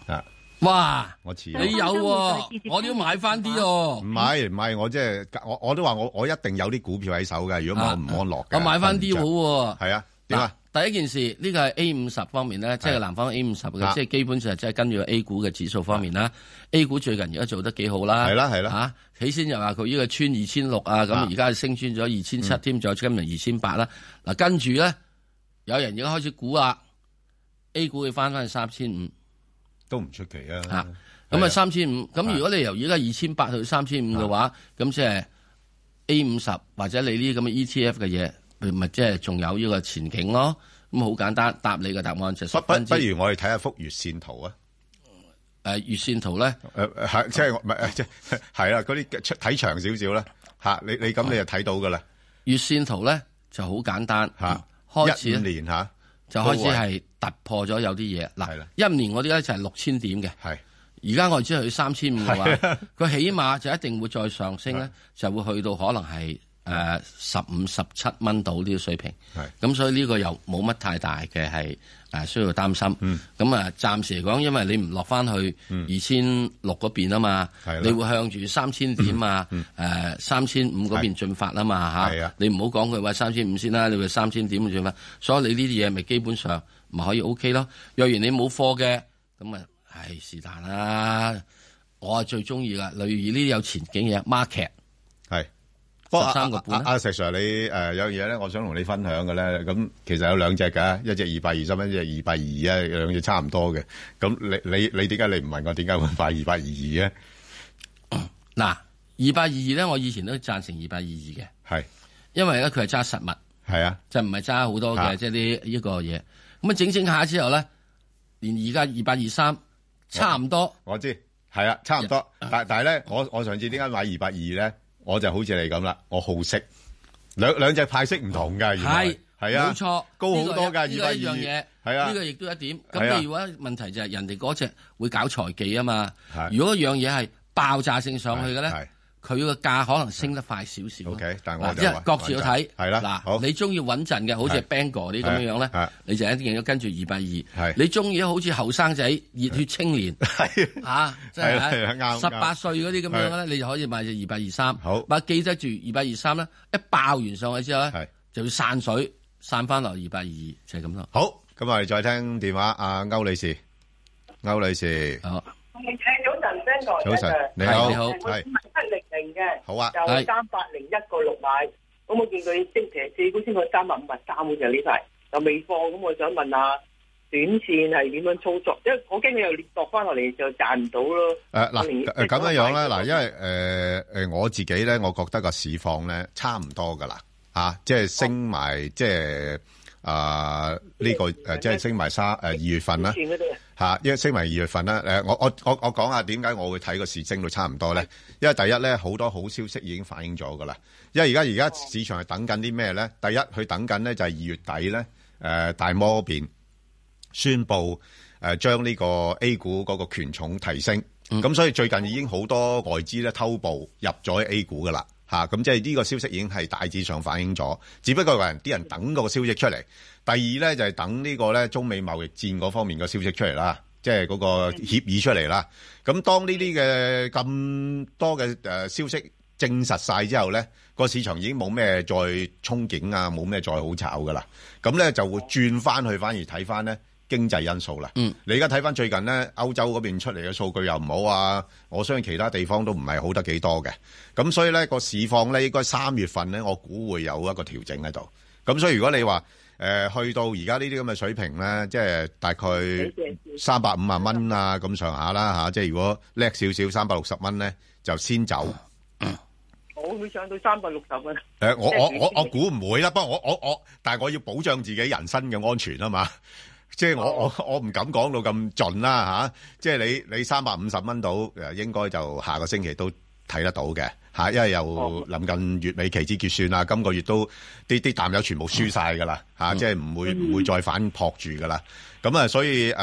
啊，
哇！
我遲啊
你有喎，我都要買翻啲喎。
唔係唔係，我即係
啊
我我都話我我一定有啲股票喺手嘅，如果唔係我唔安樂嘅。
我買翻啲好喎。
係啊，點啊？
第一件事，呢個係 A 五十方面咧，即係南方 A 五十嘅，
啊
即係基本上即係跟住 A 股嘅指數方面啦。A 股最近而家做得幾好啦，
係啦係啦
嚇起先又話佢呢個穿二千六啊，咁
啊嗯
而家係升穿咗二千七添，再今日二千八啦。嗱，跟住咧有人而家開始估啦，A 股會翻翻去三千五。
都唔出奇啊。
咁
係
啊
啊
三千五，咁如果你由而家二千八去三千五嘅話，咁即係 A 五十或者你呢啲咁嘅 ETF 嘅嘢，咪咪即係仲有呢個前景咯。咁好簡單，答你嘅答案就
不
十
不
分之
不如我哋睇下幅月線圖啊。
誒月線圖咧，
誒係即係我唔係即係 係啦，嗰啲出睇長少少啦嚇。你你咁你就睇到噶啦。
啊月線圖咧就好簡單
嚇，
開始
一五
呢
年嚇
就開始係突破咗有啲嘢。嗱，一五年我哋咧就係六千點嘅，
係
而家我哋知去三千五嘅
係啊
話，佢起碼就一定會再上升咧，就會去到可能係誒十五十七蚊到呢個水平。
係
咁所以呢個又冇乜太大嘅係誒需要擔心。
嗯
咁啊、暫時嚟講，因為你唔落翻去二千六嗰邊啊嘛，
係嗯啦嗯
你會向住三千點啊誒三千五嗰邊進發啊嘛
係啊
嚇。你唔好講佢話三千五先啦，你話三千點進發，所以你呢啲嘢咪基本上咪可以 O K 咯。若然你冇貨嘅，咁啊係是但啦。我係最中意噶，例如呢啲有前景嘅 market
係。不過
十三個
阿
半啦
阿石 Sir，你誒有樣嘢咧，我想同你分享嘅咧，咁其實有兩隻㗎，一隻二百二十蚊，一隻二百二啊，兩隻差唔多嘅。咁你你你點解你唔問我點解會買二百二二
嗱，二百二二咧，我以前都贊成二百二二嘅，
係
因為咧佢係揸實物，
係啊，
就唔係揸好多
啊
嘅，即係啲呢個嘢。咁啊整整下之後咧，連而家二百二三差唔多，
我知係啊，差唔多。但但係咧，我我上次點解買二百二咧？我就好似你咁啦，我好色，兩兩隻派息唔同㗎，原來
係
係啊，
冇錯，
高好多㗎，
呢個一呢個一樣
222
嘢，
係啊
呢個亦都一點。
係啊
咁你如果問題就係人哋嗰只會搞財技啊嘛，如果一樣嘢係爆炸性上去嘅咧，佢個價可能升得快少少。啊
OK，但係我
嗱，
就
即係
話
各自要睇。
係啦
嗱，你中意穩陣嘅，好似
係
Bang 哥啲咁樣樣咧，你就一定要跟住二百二。
係
你中意好似後生仔、熱血青年，嚇，啊 即
係啦係啦
係
啱
十八歲嗰啲咁樣咧，
係
你就可以買只二百二三。
好，
嗱，記得住二百二三咧，一爆完上去之後咧，就要散水，散翻落二百二，就係咁咯。
好，咁我哋再聽電話，阿歐女士，歐女士，
好，
早晨，Ben 哥，
早晨你好
係
你好
我
係
七零零嘅，
好啊
就
係
三百零一個六買，咁我見佢星期四股先個三百五十三嘅就呢排又未放，咁我想問下短線係點樣操作？因為我驚佢又落翻落嚟就賺唔到咯。
誒呃嗱
我連
誒咁樣樣咧，嗱，因為誒誒我自己咧，我覺得個市況咧差唔多噶啦，啊，即係升埋即係啊呢個誒，即係升埋三誒呃二月
嗯
份啦
短。線嗰啲啊
嚇，因為升埋二月份啦。誒，我我我我講下點解我會睇個市升到差唔多咧？因為第一咧，好多好消息已經反映咗噶啦。因為而家而家市場係等緊啲咩咧？第一，佢等緊咧就係二月底咧，誒、大摩嗰邊宣布誒將呢個 A 股嗰個權重提升。咁、所以最近已經好多外資咧偷步入咗 A 股噶啦。嚇，咁即係呢個消息已經係大致上反映咗，只不過話人啲人等個消息出嚟。第二咧就係等呢個咧中美貿易戰嗰方面嘅消息出嚟啦，即係嗰個協議出嚟啦。咁當呢啲嘅咁多嘅誒消息證實晒之後咧，個市場已經冇咩再憧憬啊，冇咩再好炒噶啦。咁咧就會轉翻去，反而睇翻咧經濟因素啦。
嗯
你而家睇翻最近咧，歐洲嗰邊出嚟嘅數據又唔好啊，我相信其他地方都唔係好得幾多嘅。咁所以咧個市況咧，應該三月份咧，我估會有一個調整喺度。咁所以如果你話誒、呃去到而家呢啲咁嘅水平咧，即係大概三百五啊蚊啊咁上下啦嚇，即係如果叻少少三百六十蚊咧，就先走。
我會上到三百六十蚊。
誒、我我我我估唔會啦，不過我我我，但係我要保障自己人身嘅安全啊嘛，即係我我我唔敢講到咁盡啦吓、即係你你三百五十蚊到誒，應該就下個星期都睇得到嘅吓、因為又臨近月尾期指結算啦，啊今個月都啲啲淡友全部輸晒㗎啦吓，即係唔會唔會再反撲住㗎啦。咁啊，所以誒誒、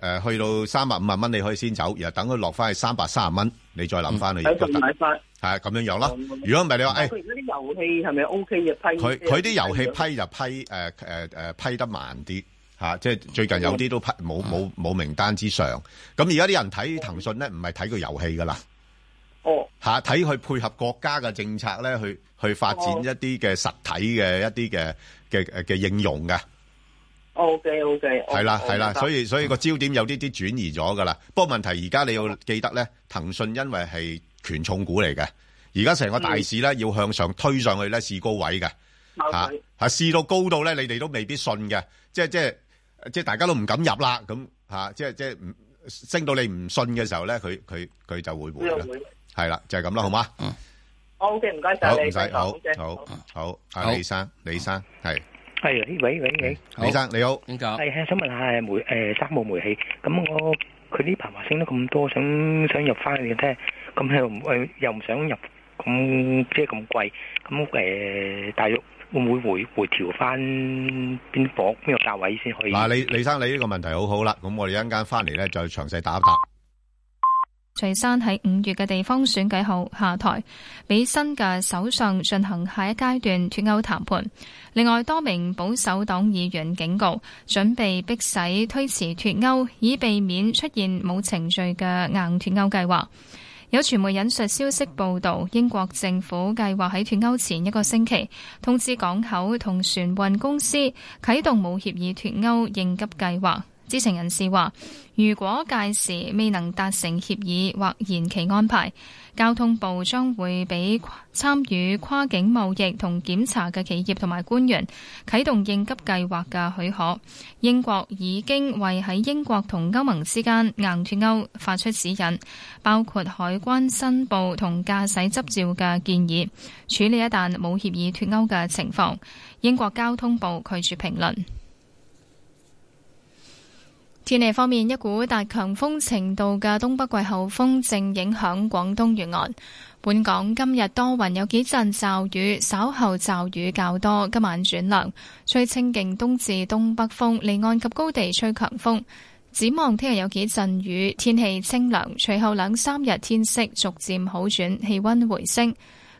呃去到三百五十蚊你可以先走，然後等佢落翻去三百三十蚊，你再諗翻你
喺度買翻。
係哦咁樣樣啦。如果唔係你話誒。哎
佢而家啲遊戲係咪 O K 嘅批？
佢佢啲遊戲批就批誒誒誒批得慢啲嚇、即係最
啊
近有啲都批冇冇冇名單之上。咁而家啲人睇騰訊咧，唔係睇佢遊戲噶啦。
哦，
嚇睇佢配合國家嘅政策
哦
咧，去去發展一啲嘅實體嘅一啲嘅嘅嘅嘅應用嘅
O K O K，
系啦系啦，所以所以个焦點有啲啲轉移咗噶啦。不過問題而家你要記得咧，騰訊因為係權重股嚟嘅，而家成個
嗯
大市咧要向上推上去咧試高位嘅嚇嚇，試到高到咧你哋都未必信嘅，即係即係即係大家都唔敢入啦咁嚇，即係即係唔升到你唔信嘅時候咧，佢佢佢就會回啦，係啦就係咁啦，好嗎？
O K，唔該晒
好
你，
唔使，好好好，阿李生李生係
係，喂
嗯
喂喂，
李生你好，
係係想問下煤誒三號煤氣，咁我佢呢排話升得咁多，想想入翻嘅啫，咁又唔誒又唔想入咁即係咁貴，咁誒大約會唔會回回調翻邊房邊個價位先可以？
嗱，李李生，你呢個問題好好啦，咁我哋一陣間翻嚟咧，再詳細答一答。
徐山喺五月嘅地方選舉後下台，俾新嘅首相進行下一階段脱歐談判。另外，多名保守黨議員警告，準備迫使推遲脱歐，以避免出現冇程序嘅硬脱歐計劃。有傳媒引述消息報道，英國政府計劃喺脱歐前一個星期通知港口同船運公司啟動冇協議脱歐應急計劃。知情人士話，如果屆時未能達成協議或延期安排，交通部將會俾參與跨境貿易同檢查嘅企業同埋官員啟動應急計劃嘅許可。英國已經為喺英國同歐盟之間硬脱歐發出指引，包括海關申報同駕駛執照嘅建議，處理一旦冇協議脱歐嘅情況。英國交通部拒絕評論。天氣方面，一股達強風程度嘅東北季候風正影響廣東沿岸。本港今日多雲，有幾陣驟雨，稍後驟雨較多。今晚轉涼，吹清勁東至東北風，離岸及高地吹強風。展望聽日有幾陣雨，天氣清涼。隨後兩三日天色逐漸好轉，氣温回升。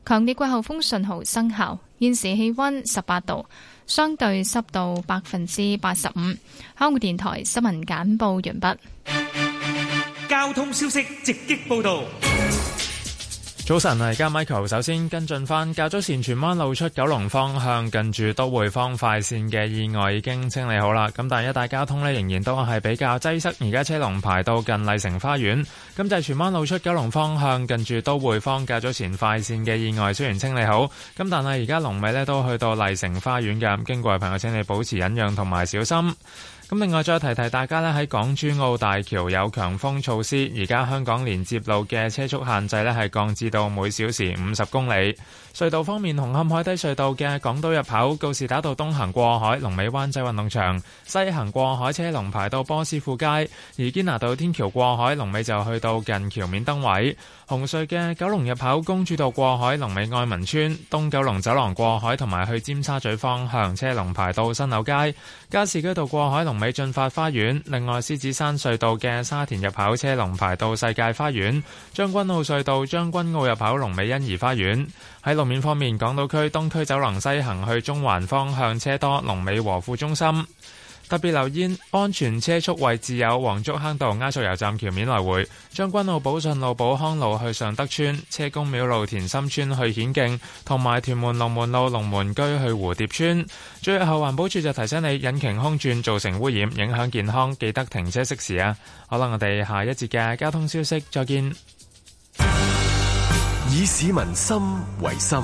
強烈季候風信號生效，現時氣温十八度。相對濕度百分之八十五。香港電台新聞簡報完畢。
交通消息直擊報道。
早晨，而家 Michael 首先跟進翻較早前荃灣路出九龍方向近住都會坊快線嘅意外已經清理好啦，咁但係一帶交通呢，仍然都係比較擠塞，而家車龍排到近麗城花園。咁就係荃灣路出九龍方向近住都會坊較早前快線嘅意外雖然清理好，咁但係而家龍尾呢都去到麗城花園嘅，咁經過嘅朋友請你保持忍讓同埋小心。咁另外再提提大家呢，喺港珠澳大橋有強風措施，而家香港連接路嘅車速限制呢係降至到每小時五十公里。隧道方面，紅磡海底隧道嘅港島入口告士打道東行過海，龍尾灣仔運動場；西行過海車龍排到波斯富街，而堅拿道天橋過海龍尾就去到近橋面燈位。紅隧嘅九龍入口公主道過海，龍尾愛民村；東九龍走廊過海同埋去尖沙咀方向車龍排到新柳街；加士居道過海龍尾進發花園。另外，獅子山隧道嘅沙田入口車龍排到世界花園；將軍澳隧道將軍澳入口龍尾欣怡花園。喺路面方面，港島區東區走廊西行去中環方向車多，龍尾和富中心。特別留意安全車速位置有黃竹坑道埃索油站橋面來回、將軍澳寶順路寶康路去上德村、車公廟路田心村去顯徑，同埋屯門龍門路龍門居去蝴蝶村。最後環保署就提醒你，引擎空轉造成污染，影響健康，記得停車熄匙啊！好啦，我哋下一節嘅交通消息再見。
以市民心為心，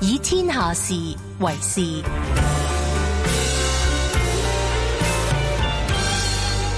以天下事為事。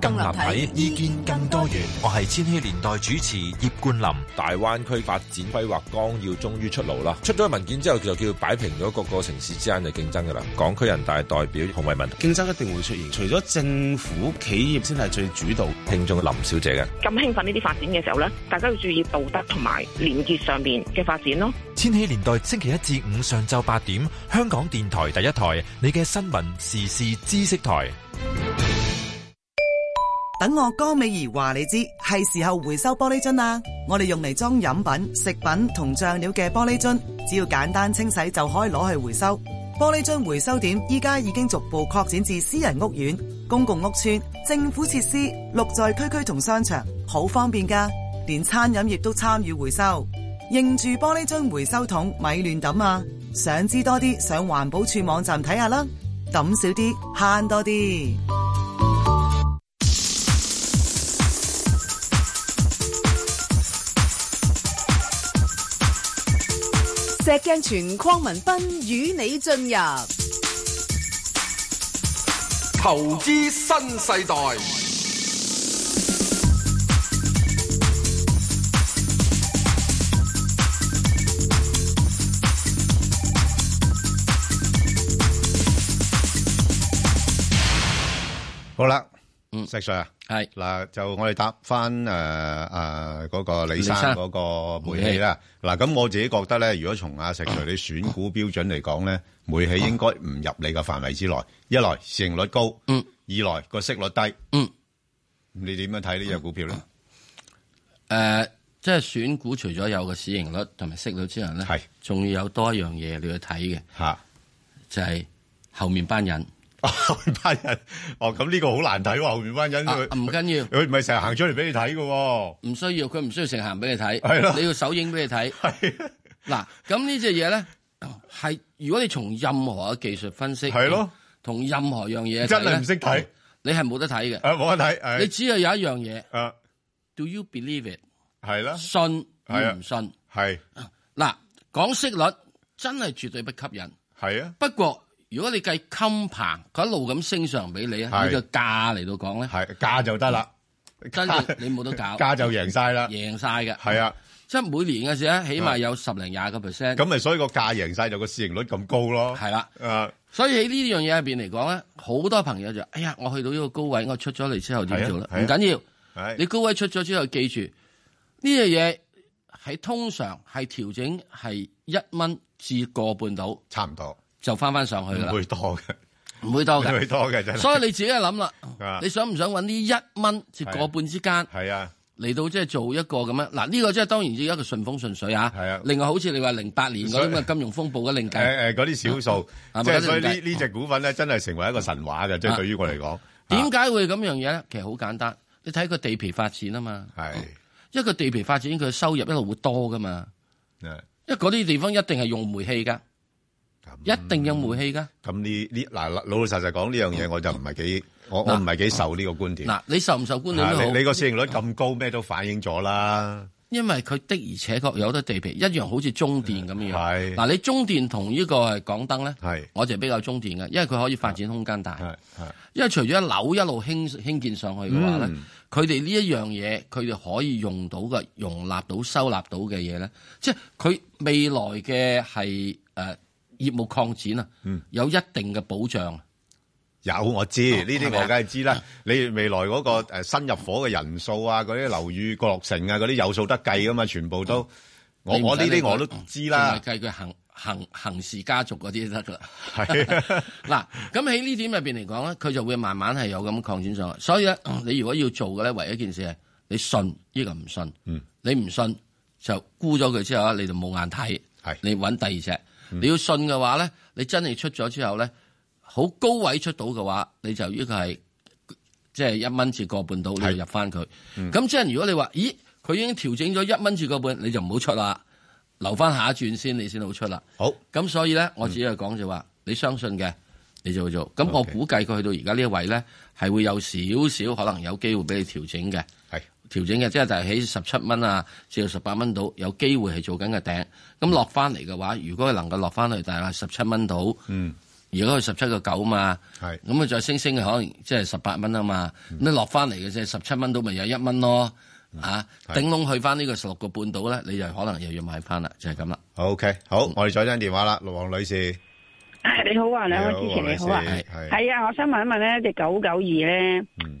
更立體，意見更多元。
我係千禧年代主持葉冠霖。
大灣區發展規劃綱要終於出爐啦！出咗文件之後，就叫擺平咗各個城市之間嘅競爭㗎啦。港區人大代表洪為民，
競爭一定會出現，除咗政府、企業先係最主導。
聽眾林小姐嘅
咁興奮呢啲發展嘅時候呢，大家要注意道德同埋廉潔上面嘅發展咯。
千禧年代星期一至五上晝八點，香港電台第一台，你嘅新聞時事知識台。
等我江美儀話你知，係時候回收玻璃樽啦。我哋用嚟裝飲品、食品同醬料嘅玻璃樽，只要簡單清洗就可以攞去回收。玻璃樽回收點依家已經逐步擴展至私人屋苑，公共屋邨、政府設施、綠在區區同商場，好方便㗎。連餐飲業都參與回收，認住玻璃樽回收桶，咪亂抌啊！想知多啲，上環保署網站睇下啦。抌少啲，慳多啲。
石鏡泉鄺民彬與你進入
投資新世代。
好啦，石 Sir 系嗱，就我哋答翻誒誒嗰個李生
李生
嗰個煤氣啦。嗱，咁我自己覺得咧，如果從阿石 Sir 你選股標準嚟講咧，煤氣應該唔入你個範圍之內。一來市盈率高，嗯；二來個息率低，
嗯。
你點樣睇呢只股票咧？
誒、即係選股，除咗有個市盈率同埋息率之外咧，係仲要有多一樣嘢你要睇嘅，
嚇，
就係後面班人。
後面班人， 哦，咁呢個好難睇喎。後面班人佢
唔緊要，
佢唔係成日行出嚟俾你睇嘅喎。
唔需要，佢唔需要成行俾你睇，
係咯
你要手影俾你睇。嗱，咁呢只嘢咧，係如果你從任何嘅技術分析，係咯，同任何樣嘢
真係
係
唔識睇，
你係冇得睇嘅，
啊冇得睇係啊
你只係有一樣嘢，d o you believe it？
係啦，
信與
係啊
唔信？啊
係
嗱，講息率真係絕對不吸引，
係啊。
不過如果你計襟棚，佢一路咁升上俾你啊，
係
呢個價嚟到講咧，
係價就得啦，
真正你冇得 搞，
價就贏晒啦，
贏晒嘅，
係啊，
即係每年嘅時咧，起碼有十零廿個 percent。
咁咪所以個價贏晒就個市盈率咁高咯。啊
係啦，
誒，
所以喺呢樣嘢入邊嚟講咧，好多朋友就哎呀，我去到呢個高位，我出咗嚟之後點做咧？
係啊係啊
唔緊
要，
你高位出咗之後，記住呢樣嘢喺通常係調整係一蚊至個半到，
差唔多
就翻翻上去啦。
唔會多嘅，
唔會多嘅，
唔會多嘅真係
所以你自己諗啦
啊，
你想唔想揾呢一蚊至個半之間？
係啊。
嚟到即係做一個咁樣，嗱呢個即係當然一個順風順水啊。係啊。另外好似你話零八年嗰啲咁嘅金融風暴嘅另計，啊
誒誒嗰啲少數，
係咪
即係
嗰啲
所以呢
另計
呢只股份咧，真係成為一個神話嘅，即係
啊
對於我嚟講，
點解會咁樣嘢咧？其實好簡單，你睇佢地皮發展啊嘛。
係。
一個地皮發展，佢收入一路會多噶嘛。
誒
因為嗰啲地方一定係用煤氣噶，
嗯
一定用煤氣噶。
咁呢呢嗱老老實實講呢樣嘢，我就唔係幾我我唔係幾受呢個觀點。
嗱，你受唔受觀點
啊
都好
你你個市盈率咁高，咩都反映咗啦。
因為佢的而且確有得地皮，一樣好似中電咁樣。係嗱，你中電同呢個係港燈咧，係我就比較中電嘅，因為佢可以發展空間大。係因為除咗一樓一路興興建上去嘅話咧
嗯，
佢哋呢一樣嘢，佢哋可以用到嘅、容納到、收納到嘅嘢咧，即係佢未來嘅呃係誒業務擴展啊，有一定嘅保障。
嗯有我知呢啲
係咪啊
我梗係知啦。你未來嗰個誒新入伙嘅人數啊，嗰啲樓宇角落成啊，嗰啲有數得計噶嘛，全部都我
你唔
我
使
呢
理
啲
佢
我都知啦。
哦淨係計佢行行行事家族嗰啲就得噶啦。
係
嗱，咁喺呢點入邊嚟講咧，佢就會慢慢係有咁擴展上去。所以咧，你如果要做嘅咧，唯一一件事係你信呢個唔信，
嗯，
你唔信就沽咗佢之後咧，你就冇眼睇，
係
你揾第二隻。嗯你要信嘅話咧，你真係出咗之後咧，好高位出到嘅話，你就呢個係即係一蚊至個半到，你要入翻佢。咁即係如果你話，咦，佢已經調整咗一蚊至個半，你就唔好出啦，留翻下一轉先，你先好出啦。
好，
咁所以咧，我只係講就話，你相信嘅，你就會做。咁我估計佢去到而家呢一位咧，係會有少少可能有機會俾你調整嘅。
係
調整嘅，即係就係喺十七蚊啊，至到十八蚊度有機會係做緊嘅頂。
嗯
咁落翻嚟嘅話，如果佢能夠落翻去，大概十七蚊度，
嗯，
而家佢十七個九嘛，
係嗯
咁佢再升升，可能即係十八蚊啊嘛。咁你落翻嚟嘅啫，十七蚊到咪有一蚊咯，啊，
嗯
頂籠去翻呢個十六個半度咧，你就可能又要買翻啦，就係咁啦。
OK，好，我哋再聽電話啦，黃女士。
你好啊，兩位
你好
主持
黃
你好啊，
女士係
係啊，我想問一問咧，只九九二咧，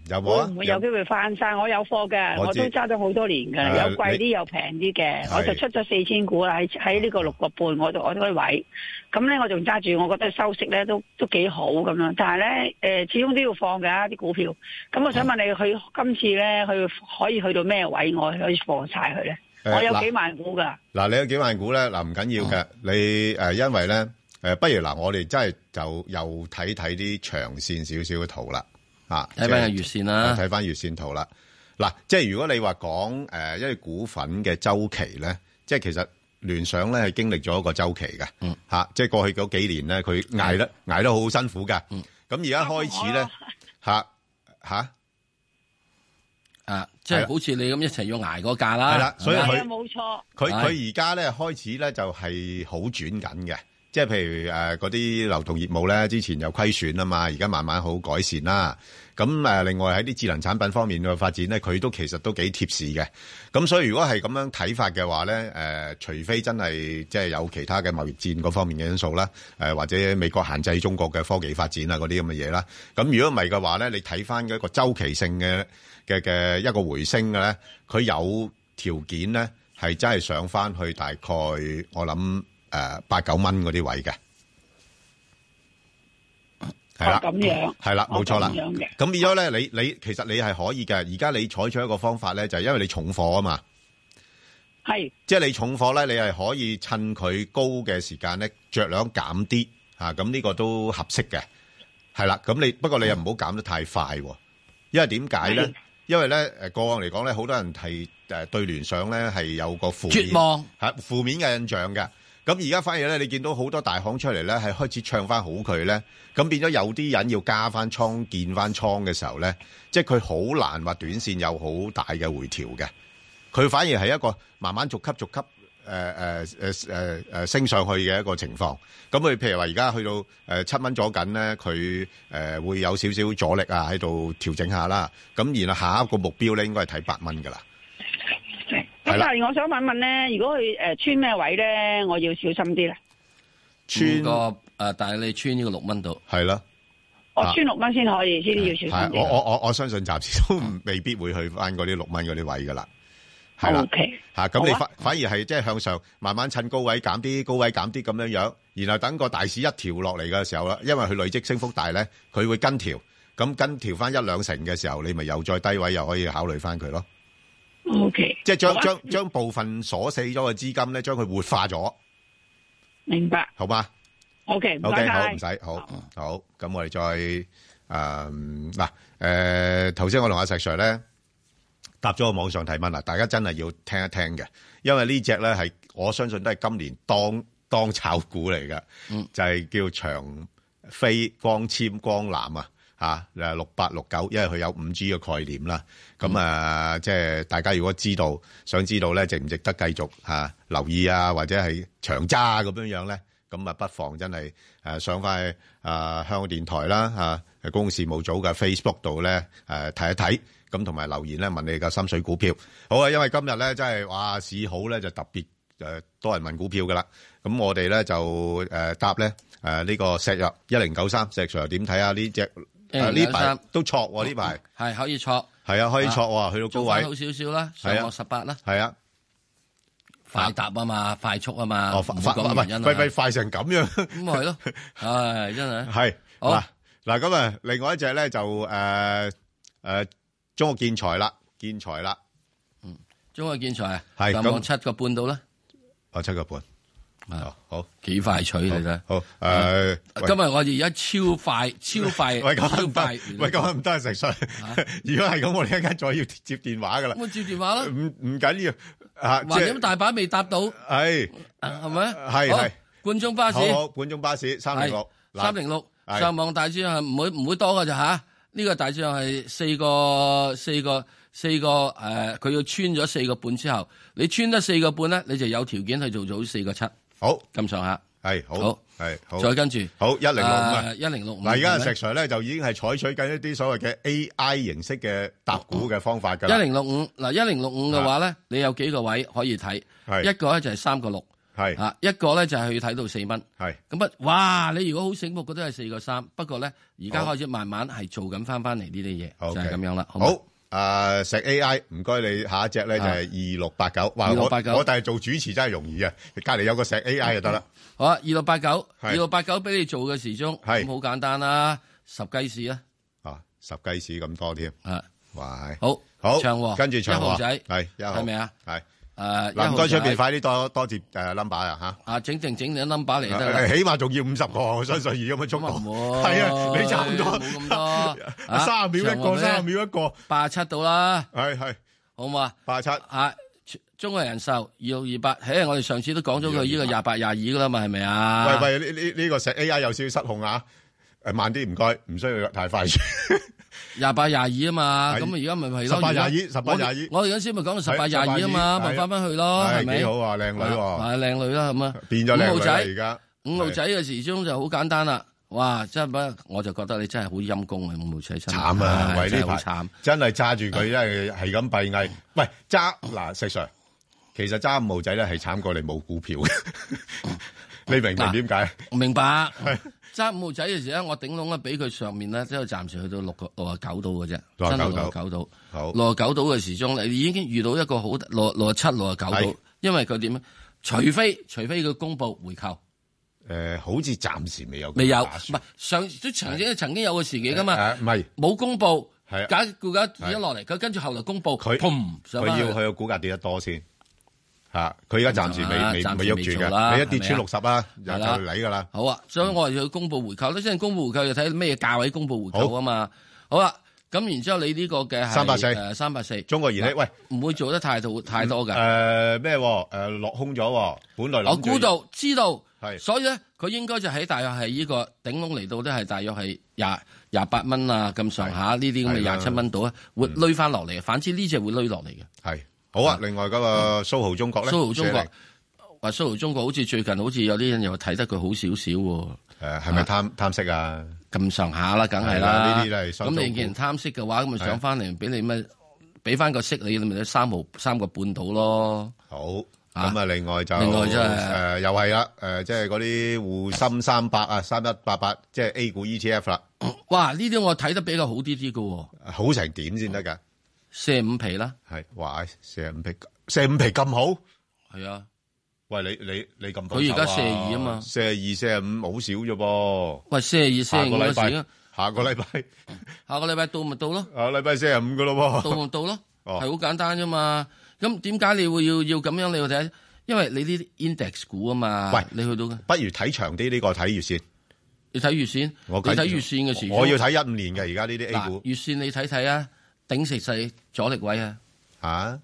有冇
會
啊？
唔會有機會翻晒？我有貨嘅，
我
我
知
都揸咗好多年噶
係啊
啦，有貴
你
啲有平啲嘅，
係
我就出咗四千股啦，喺喺呢個六個半我度我都可以位，咁咧我仲揸住，我覺得收息咧都都幾好咁樣，但係咧誒始終都要放㗎啲股票，咁我想問你，佢今次咧佢可以去到咩位，我可以放晒佢咧？
誒
我有
嗱
幾萬股㗎。
嗱，你有幾萬股咧？嗱，唔緊要
哦
嘅，你誒，因為呃咧誒，不如嗱，我哋真係就又睇睇啲長線少少嘅圖啦。啊，
睇翻個月線啦
睇翻月線圖啦。嗱，即係如果你話講誒，因為股份嘅周期咧，即係其實聯想咧係經歷咗一個周期嘅，嚇、
嗯
即係過去嗰幾年咧，佢捱得捱得好辛苦㗎。
嗯
咁而家開始咧，嚇嚇
啊，即係好似你咁一齊要捱嗰價啦。
係啦，所以
係咪
佢
冇錯，
佢佢而家咧開始咧就係好轉緊嘅，即係譬如誒嗰啲流動業務咧，之前有虧損啊嘛，而家慢慢好改善啦。咁誒、呃另外喺啲智能產品方面嘅發展咧，佢都其實都幾貼士嘅。咁所以如果係咁樣睇法嘅話咧，誒、除非真係即係有其他嘅貿易戰嗰方面嘅因素啦，誒、或者美國限制中國嘅科技發展啊嗰啲咁嘅嘢啦。咁如果唔係嘅話咧，你睇翻一個周期性嘅嘅嘅一個回升嘅咧，佢有條件咧係真係上翻去大概我諗誒八九蚊嗰啲位嘅，係啦，
哦咁樣
係啦，冇錯啦
哦咁樣嘅。
咁變咗咧，你你其實你係可以嘅。而家你採取一個方法咧，就係因為你重貨啊嘛，
係
即係你重貨咧，你係可以趁佢高嘅時間咧，着量減啲嚇，咁、呢個都合適嘅。係啦，咁你不過你又唔好減得太快喎，因為點解咧
係？
因為咧誒過往嚟講咧，好多人係誒對聯想咧係有個負面
絕望
係負面嘅印象嘅。咁而家反而咧，你見到好多大行出嚟咧係開始唱翻好佢咧，咁變咗有啲人要加翻倉、建翻倉嘅時候咧，即係佢好難話短線有好大嘅回調嘅。佢反而係一個慢慢逐級逐級呃誒誒誒誒誒呃升上去嘅一個情況。咁佢譬如話而家去到誒七蚊左緊咧，佢誒、呃、會有少少阻力啊，喺度調整下啦。咁然後下一個目標咧，應該係睇八蚊噶啦。係
咁但
啦
係我想問問咧，如果佢誒穿咩位咧，我要小心啲咧。
穿個誒，但係你穿呢個六蚊度，
係啦，
我
啊
哦穿六蚊先可以，先要小心
係
啲。
我我我我相信暫時都唔未必會去翻嗰啲六蚊嗰啲位噶啦。係啦
OK，
嚇咁你
好啊
反反而係即係向上，慢慢趁高位減啲，高位減啲咁樣樣，然後等個大市一調落嚟嘅時候啦，因為佢累積升幅大咧，佢會跟調，咁跟調翻一兩成嘅時候，你咪又再低位又可以考慮翻佢咯。
O K，
即係將將將部分鎖死咗嘅資金咧，將佢活化咗，
明白。
好嘛
O K，唔該
OK，好，
晒
唔。使，好好，咁我哋再誒嗱誒，頭先我同阿石 Sir 咧答咗個網上提問啦，大家真係要聽一聽嘅，因為呢隻咧係我相信都係今年當 當炒股嚟嘅，就係叫長飛光纖光纜啊。嚇誒六八六九，因為佢有五 G 嘅概念啦。咁啊，即係大家如果知道想知道咧，值唔值得繼續嚇、啊留意啊，或者係長揸啊咁樣樣咧，咁啊不妨真係誒上翻去啊香港電台啦嚇、啊、公共事務組嘅 Facebook 度咧誒睇一睇。咁同埋留言咧問你嘅心水股票。好啊，因為今日咧真係哇市好咧就特別誒多人問股票噶啦。咁我哋咧就誒答咧誒呢個石藥一零九三石 Sir 點睇啊？呢只啊呢排
1093
都挫喎呢排。
係可以挫，
係啊可以挫喎去到高
做
位
翻好少少啦，上
係啊
落十八啦，
係啊，
快答啊嘛，快速啊嘛，
哦，
唔
快
好
快
講原因
喂喂，快成咁樣，
咁咪係 咯，唉，真係
係
好
嗱嗱咁啊，另外一隻咧就誒誒中國建材啦，建材啦，
中國建材啊
係
上
咁
望七個半到啦，
哦七個半，哦好
幾快取你啦。
好誒，
啊今日我哋而家超 快，超快，
喂咁
超
唔得
快，，
喂咁唔得，成信， 如果係咁，我哋一間再要接電話噶啦，
咁我接電話啦。
唔唔緊要啊，即
橫掂
係
大把未答到，啊
係
係咪？
係
好
係
冠中巴士
好，好，半鐘巴士三零六，嗱
三零六
係
上網大致上係唔會唔會多嘅咋吓？呢個大致上係四個四個四個誒，佢、要穿咗四個半之後，你穿得四個半咧，你就有條件去做到四個七。
好
咁上下
係好
好
係好，
再跟住
好一零六五啊，
誒1065
嗱，而家
係咪
石 Sir 咧就已經係採取緊一啲所謂嘅 AI 形式嘅搭股嘅方法㗎
一
啦。啊
零六五嗱，一零六五嘅話咧，你有幾個位可以睇？一個咧就係三個六，
係
啊，一個咧就係去睇到四蚊，
係
咁啊，哇！你如果好醒目，覺得係四個三，不過咧而家
好
開始慢慢係做緊翻翻嚟呢啲嘢，
好
就係咁樣啦。好嘛
好，誒啊石 AI，唔該你下一隻
啊
咧就係二六八九。哇，我
2689
我但係做主持真係容易啊，隔離有個石 AI 就得啦。
好啊，二六八九，
係
二六八九俾你做嘅時鐘，咁好簡單啦，十雞市啦，
啊，十雞屎咁多添。
啊，
哇，係
好
好
長和
跟住長和
一號仔
係一號
係咪啊？
係嗱，
誒，
唔該
一號就
出
係
邊快啲多多接誒 number 啊
啊，整定整定 number 嚟
嚇，
得啦
誒。起碼仲要五十個，我相信而家咁嘅速度，係啊，你差唔多，
哦冇咁 多啊
三十秒一個三十秒一個，
八七到啦，
係係，
好嘛？
八七
啊，中國人壽二六二八，嘿，我哋上次都講咗佢呢個廿八廿二噶啦嘛，係咪啊？
喂喂，呢呢呢個石 AI 有少少失控啊！誒慢啲唔該，唔需要太快住。
廿八廿二啊嘛，
係
咁而家咪係咯，
18廿二
而家
18廿二
我哋我哋嗰陣時咪講到十
係
八廿二啊嘛，
18
咪翻翻去咯，
係
係咪？
幾好啊靚女喎
啊係靚女啦，咁啊，
變咗靚女啦
五號仔
而家
五號仔嘅時鐘就好簡單啦，哇！真係不，我就覺得你真係好陰功啊，五號仔真係
慘啊！
唉
喂，
真
呢
係好
排
慘。
真係揸住佢，真係係咁閉翳。喂，揸嗱，石 Sir，其實揸五毛仔咧係慘過你冇股票 嘅，你明唔
嗱
明點解？
明白。揸五號仔嘅時咧，我頂籠咧俾佢上面咧，即係暫時去到六個六啊九度嘅啫，
69
真係六啊九度。
好
六啊九度嘅時鐘，你已經遇到一個好六六啊七、六啊九
係
度，因為佢點咧？除非除非佢公佈回購，
誒，好似暫時未有，
未有，唔係上都曾經曾經有個時期噶嘛，
誒唔係
冇公佈，
係啊
假股價跌咗落嚟，佢跟住後來公佈，
佢
上
佢
返去
要佢個股價跌得多先嚇，佢而家暫時未
啊
未
暫時
未喐住
做啦
嘅，你一跌穿
係咪
六
啊
十啦，又
係
就
啦
嚟㗎啦。
好啊，所以我哋要公布回購咧，即係公布回購就睇咩價位公布回購啊嘛。好啦，咁然之後你呢個嘅係
384
誒三百四，
中國燃氣喂，嗯
唔會做得太多太多嘅。
誒咩喎？誒落空咗喎，本來諗
我
住
估到知道，
係
所以咧佢應該就喺大約係呢個頂籠嚟到都係大約係廿廿八蚊啊咁上下呢啲咁
係
嘅
啦嗯
廿七蚊度啊，會攣翻落嚟。反之呢只會攣落嚟嘅。
係好啊。另外嗰個蘇豪中國咧，
蘇豪中國
410。
話蘇豪中國好似最近好似有啲人又睇得佢好少少喎。
誒係咪貪貪息啊？
咁上下啦，梗係
係
啦。
啦呢啲都係收
咁
租
你既然貪息嘅話，咁咪
係啊
上翻嚟俾你咩？俾翻個息你，你咪得三毫三個半到咯。
好，咁啊，另外就
另外真係
誒又係啦，誒即係嗰啲滬深三百啊，三一八八，即係 A 股 ETF 啦，
哇！呢啲我睇得比較好啲啲嘅喎，
好成點先得㗎？
四十五皮啦，
係，哇！四十五皮，四十五皮咁好？
係啊。
喂，你你你咁
佢而家42啊嘛
四十二、四十五好少啫噃。
喂，四十二、四
下
十
個
五
禮
嗰時啊
拜，，下個禮拜，
下個禮拜到咪到咯，
下個禮拜四十五噶咯
到
喎。
咪到咯，
哦
係好簡單啫嘛。咁點解你會要要咁樣？你要睇，因為你呢啲 index 股啊嘛。
喂，
你去到嘅，
不如睇長啲呢個睇月線。
你睇月線，你
我計
睇月線嘅時，
我要睇一五年嘅而家呢啲 A
嗱
股
月線，你睇睇啊，頂食勢阻力位啊。
吓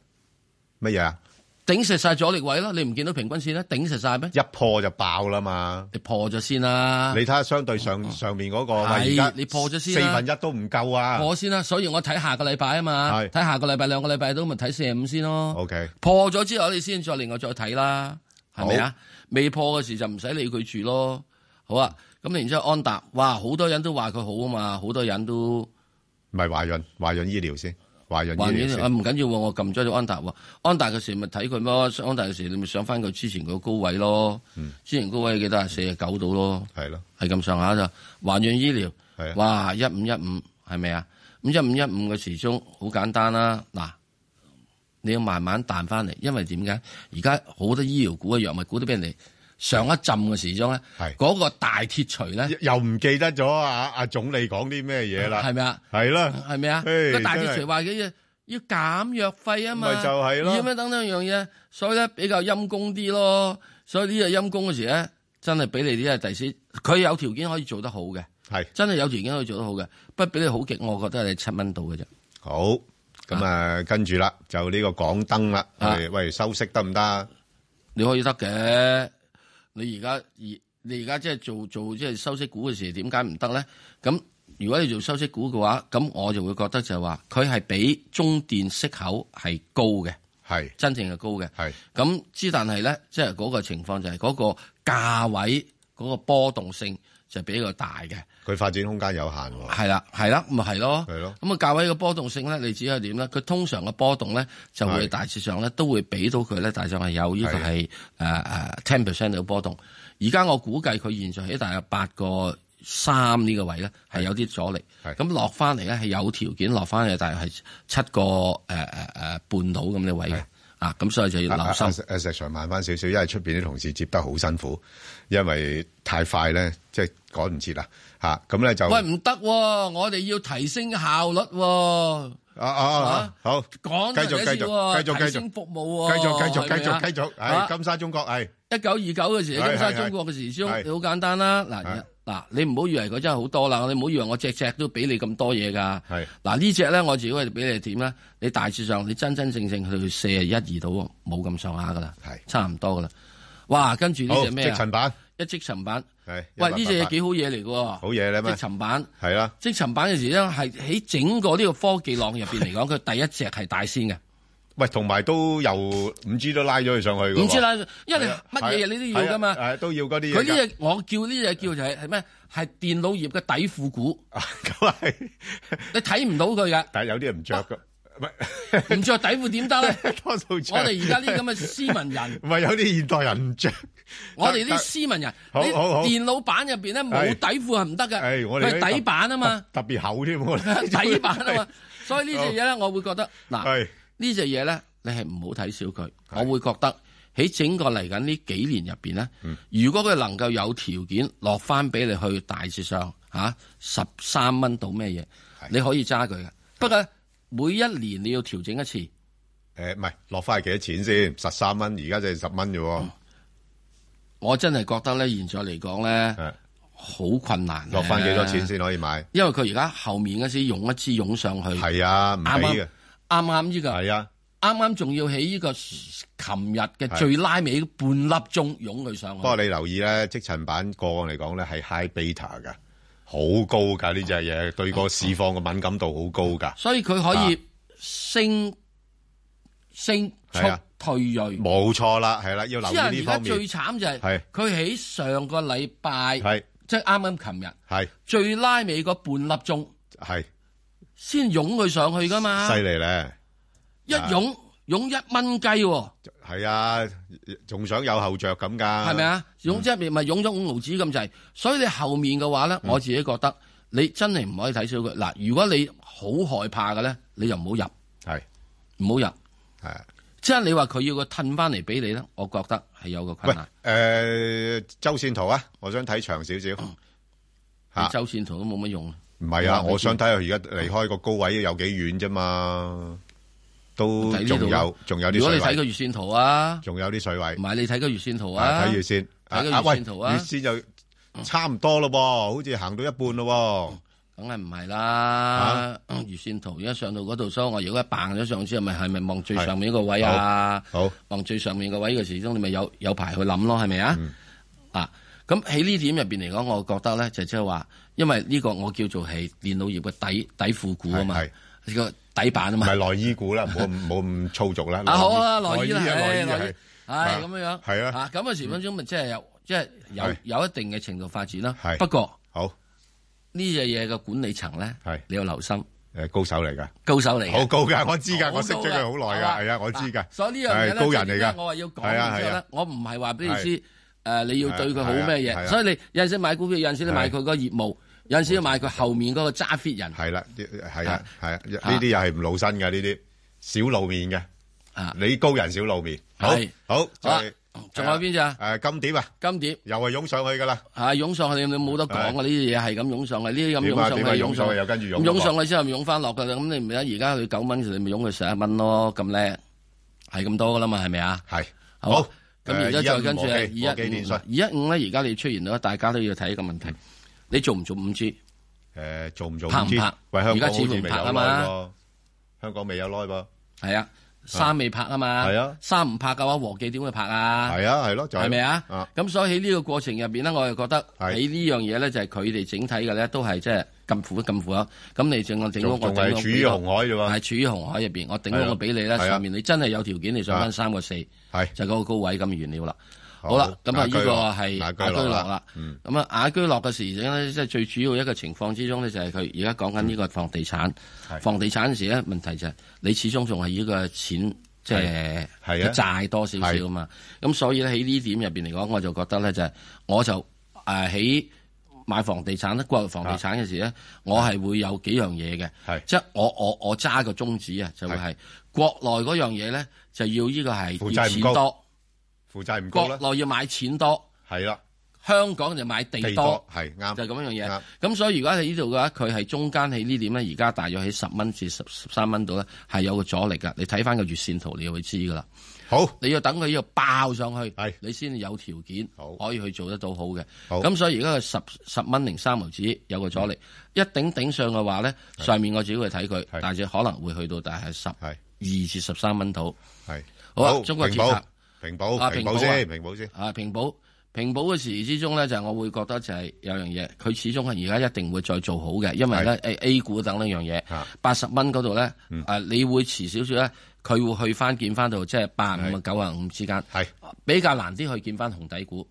乜嘢啊？
頂實晒阻力位咯，你唔見到平均線咧？頂實晒咩？
一破就爆啦嘛。
你破咗先啦
你，睇下相對上上面嗰個，
係
喂而家
你破咗
四
先啦
分一都唔夠啊。
破先啦。所以我睇下個禮拜啊嘛，
係
睇下個禮拜兩個禮拜都咪睇四十五先咯。
O K，
破咗之後，你先再另外再睇啦，係咪啊？未破嘅時就唔使理佢住咯。好啊，咁然之後安踏，哇，好多人都話佢好啊嘛，好多人都
唔係華潤，華潤醫療先，華潤
話
醫療
呢啊
先。
唔緊要喎，我撳咗咗安踏喎。安踏嘅時咪睇佢咯，安踏嘅時你咪上翻佢之前個高位咯。之前高位幾多啊？四十九度咯。
嗯係咯，
係咁上下就環遠醫療
係啊，
哇一五一五係咪啊？咁一五一五嘅時鐘好簡單啦，嗱，你要慢慢彈翻嚟，因為點解？而家好多醫療股嘅藥物股都俾人哋上一浸嘅時鐘咧，
係
嗰個大鐵錘咧，
又唔記得咗啊！阿總理講啲咩嘢啦？
係咪啊？
係啦，
係咪啊？
唉
個大
真
鐵
係
錘話嘅嘢要減藥費啊嘛，
咪就係咯
要咩等等樣嘢，所以咧比較陰公啲咯。所以呢個陰公嗰時咧，真係俾你啲係啊第四，佢有條件可以做得好嘅。
係
真係有條件可以做得好嘅，不過俾你好極，我覺得係七蚊到嘅啫。
好咁啊，跟住啦，就呢個港燈啦，
啊
喂喂，收息得唔得啊？
你可以得嘅，你而家而你而家即係做做即係收息股嘅時，點解唔得咧？咁如果你做收息股嘅話，咁我就會覺得就係話佢係比中電息口係高嘅，
係
真正係高嘅。
係
咁之但係咧，即係嗰個情況就係嗰個價位嗰、個波動性就比較大嘅。
佢發展空間有限喎。
係啦，係啦，咪係咯，
係咯
咁啊，價位嘅波動性咧，你只係點咧？佢通常嘅波動咧，就會
係
大致上咧都會俾到佢咧，大致上係有呢個係誒誒 ten percent 嘅波動。而家我估計佢現在喺大約八個三呢個位咧，係有啲阻力。
係
咁落呃翻嚟咧係有條件落翻嚟，大約係七個誒誒誒半到咁嘅位嘅。啊，咁所以就要留心。
啊啊石 Sir 慢翻少少，因為出邊啲同事接得好辛苦，因為太快咧，即係趕唔切啦嚇。咁咧就
喂，唔得喎，我哋要提升效率喎。
啊啊啊！好，
講
繼續
多謝
繼
先喎
續繼續
提
繼
升
續
服務喎
繼續繼續
係咪啊
繼續繼續，
啊
係金沙中國係
一九二九嘅時，
係
中沙
係
中國嘅時鐘，
係
你好簡單啦。嗱嗱，你唔好以為佢真係好多啦，你唔好以為我隻隻都俾你咁多嘢㗎。嗱呢只咧，我自己係俾你點咧？你大致上你真真正正去四十一二度冇咁上下㗎啦，差唔多㗎啦。哇！跟住呢
好
只咩啊
積塵板，
一積塵板。
係
喂，呢只嘢幾
好
好嘢嚟㗎喎，好
嘢咧咩？
積塵板
係啦，
積塵板嘅時咧係喺整個呢個科技浪入邊嚟講，佢第一隻係大先嘅。
喂，同埋都由五 G 都拉咗佢上去㗎喎
唔知啦，因為你
係啊
乜嘢嘢你都要噶嘛
係啊，係啊都要嗰啲嘢㗎
佢呢只我叫呢只叫就係係咩？係電腦業嘅底褲股。
啊咁係
你睇唔到佢噶。
但係有啲人唔着㗎。
唔着底褲點得咧？
多數
我哋而家呢啲咁嘅斯 文人，
唔係有啲現代人唔着，
我哋啲斯文人，
好
你
好好
電腦版入邊咧冇
係
底褲係唔得嘅，
誒我哋
佢係底板啊嘛，
特特別厚添 我哋
底板啊嘛，所以呢隻嘢咧，我會覺得嗱
係，
呢隻嘢咧，你係唔好睇小佢，我會覺得喺整個嚟緊呢幾年入邊咧，
嗯
如果佢能夠有條件落翻俾你去大致上嚇十三蚊到咩嘢，你可以揸佢嘅。不過每一年你要調整一次。
誒唔係落翻係幾多錢先？十三蚊，而家就係十蚊啫
嗯
喎。
我真係覺得咧，現在嚟講咧，好困難。
落返幾多錢先可以買？
因為佢而家後面嗰時湧一支湧上去，
係啊，唔
啱
俾
啱
嘅
啱啱呢個
係啊，
啱啱仲要喺呢個琴日嘅
係
最拉尾半粒鐘湧佢上去。
不過你留意咧，積層板個案嚟講咧係 high beta 㗎，好高㗎呢只嘢，對個市況嘅敏感度好高㗎。
所以佢可
啊
以升升速
係啊
退鋭，
冇錯啦，係啦，要留
之後
意
而
呢
家
方面。
最慘就係
係
佢喺上個禮拜，
係
即係啱啱琴日
係
最拉尾嗰半粒鐘
係
先湧佢上去噶嘛，
犀利咧，
一湧湧一蚊雞喎。
啊係啊，仲想有後着咁㗎。嗯係
係咪啊？湧即係咪湧咗五毫子咁滯？所以你後面嘅話咧，
嗯
我自己覺得你真係唔可以睇小佢。嗱，如果你好害怕嘅咧，你就唔好入，
係
唔好入，
係。
即係你話佢要佢褪翻嚟俾你咧，我覺得係有個
喂
困難。，
誒周線圖啊，我想睇長少少。
你嗯周線圖都冇乜用。
唔係啊，
我話俾你
我想睇下而家離開個高位有幾遠啫嘛，都
睇呢度
仲有仲有啲水位。
如果你睇個月線圖啊，
仲有啲水位，
唔係你睇個月線圖啊，
啊睇月線，
睇個
啊
月線圖啊
喂月，線就差唔多咯噃，好似行到一半咯啊
梗係唔係啦？月線圖而家上到嗰度，所以我如果一掹咗上去，咪係咪望最上面嗰個位啊？
好，
望最上面個位嘅時鐘，你咪有有排去諗咯，係咪
嗯
啊？啊，咁喺呢點入邊嚟講，我覺得咧就即係話，因為呢個我叫做係電腦業嘅底底褲股啊嘛，呢個底板啊
喎，唔
嘛。
係內衣股啦，唔好咁唔好咁粗俗啦。
啊好啊，
內
內衣啦，
啊
唉
內衣
內衣
係，啊
係咁樣樣，
係啊，
咁啊時分鐘咪即係有即係有
係
有一定嘅程度發展啦。不過
好
呢隻嘢嘅管理層咧，你要留心。
誒高手嚟㗎，
高手嚟嘅
好高㗎，我知
好
㗎，
高
我識咗佢好耐
係嘛
㗎，係啊，我知㗎。
所以呢樣嘢咧，
係高人嚟
即
㗎，
係點解我話要講
係啊
完之後
係
咧
啊，
我唔係話俾你
係
知誒，你要對佢好
係
咩
啊係
嘢，
啊
所以你有陣時買股票，有陣時你買佢個業務，有陣時要買佢後面嗰個揸 fit 人。
係啦，係啊，係啊，呢啲又係唔老身㗎，呢啲少露面嘅。你高人少露面，好
係
好，
好啦
再
仲有邊隻啊？
誒金碟啊，
金碟
又係湧上去㗎啦。
啊，湧上去你冇得講啊！呢啲嘢係咁湧上去，呢啲咁
點
湧
啊
上去，
點啊湧上
上
去又跟住湧
咁湧
落
上去之後咪湧翻落㗎啦。咁你唔而家佢九蚊，你咪湧佢十一蚊咯，咁叻係咁多㗎啦嘛，係咪啊？
係
好
好，
咁
誒
然之後再跟住係二
2155
一
和記電
五，
訊
二一五咧，而家你出現咗，大家都要睇一個問題，你做唔做五 G？
誒，做唔做
拍唔
知
拍？
喂，香
而家
港好
似
似
乎
未
唔
有
拍
耐
啊嘛，
喎，香港未有耐噃。
係啊，三未拍啊嘛，
係啊，
三唔拍嘅話，和記點會拍啊？
係啊係咯就係
係咪啊
啊？
咁所以喺呢個過程入邊咧，我又覺得喺呢樣嘢咧，就係佢哋整體嘅咧，都係即係咁苦咁苦啊。咁你整個整嗰
仲
個
仲係處於紅海啫喎，
係處於紅海入邊，我頂
係
嗰
啊
個俾你啦。
係啊
上面你真係有條件，你上
啊
翻三個四，
係
就嗰個高位咁原料啦。好啦，咁啊
雅
呢
居
個
樂
係
雅
雅
居
居
樂
樂
啦
啦。
嗯
咁啊雅居樂嘅時整咧，即係最主要一個情況之中咧，就係佢而家講緊呢個房地產。
嗯
房地產嘅時咧，問題就係你始終仲係呢個錢。即係
係啊
債多少少啊嘛，咁所以咧喺呢點入邊嚟講，我就覺得咧就係我就誒喺買房地產咧，國內房地產嘅時咧，我係會有幾樣嘢嘅，即係我我我揸個宗旨啊，就會係國內嗰樣嘢咧就要呢個係
負
要
債唔
錢
高
多，
負債唔高啦，
國內要買錢多，
係啦，
香港就買地
地
多
多，係啱，
就係咁樣樣嘢。咁所以如果喺呢度嘅話，佢係中間喺呢點咧，而家大約喺十蚊至十十三蚊度咧，係有個阻力噶。你睇翻個月線圖，你就會知噶啦。
好，
你要等佢呢度爆上去，你先至有條件可以去做得到好嘅。咁所以而家十十蚊零三毫紙有個
嗯
阻力，一頂頂上嘅話咧，上面我只會睇佢，但係可能會去到大係十二至十三蚊度。
係
好啊
好，
中國
平
鐵
保
塔
平保
啊
平保
啊
先平保先
啊，平保平保嘅時之中咧，就係我會覺得就係有樣嘢，佢始終係而家一定會再做好嘅，因為咧 A A 股等呢樣嘢，八十蚊嗰度咧，
嗯
啊你會遲少少咧，佢會去翻見翻到即係八五九啊五之間，
係
比較難啲去見翻紅底股，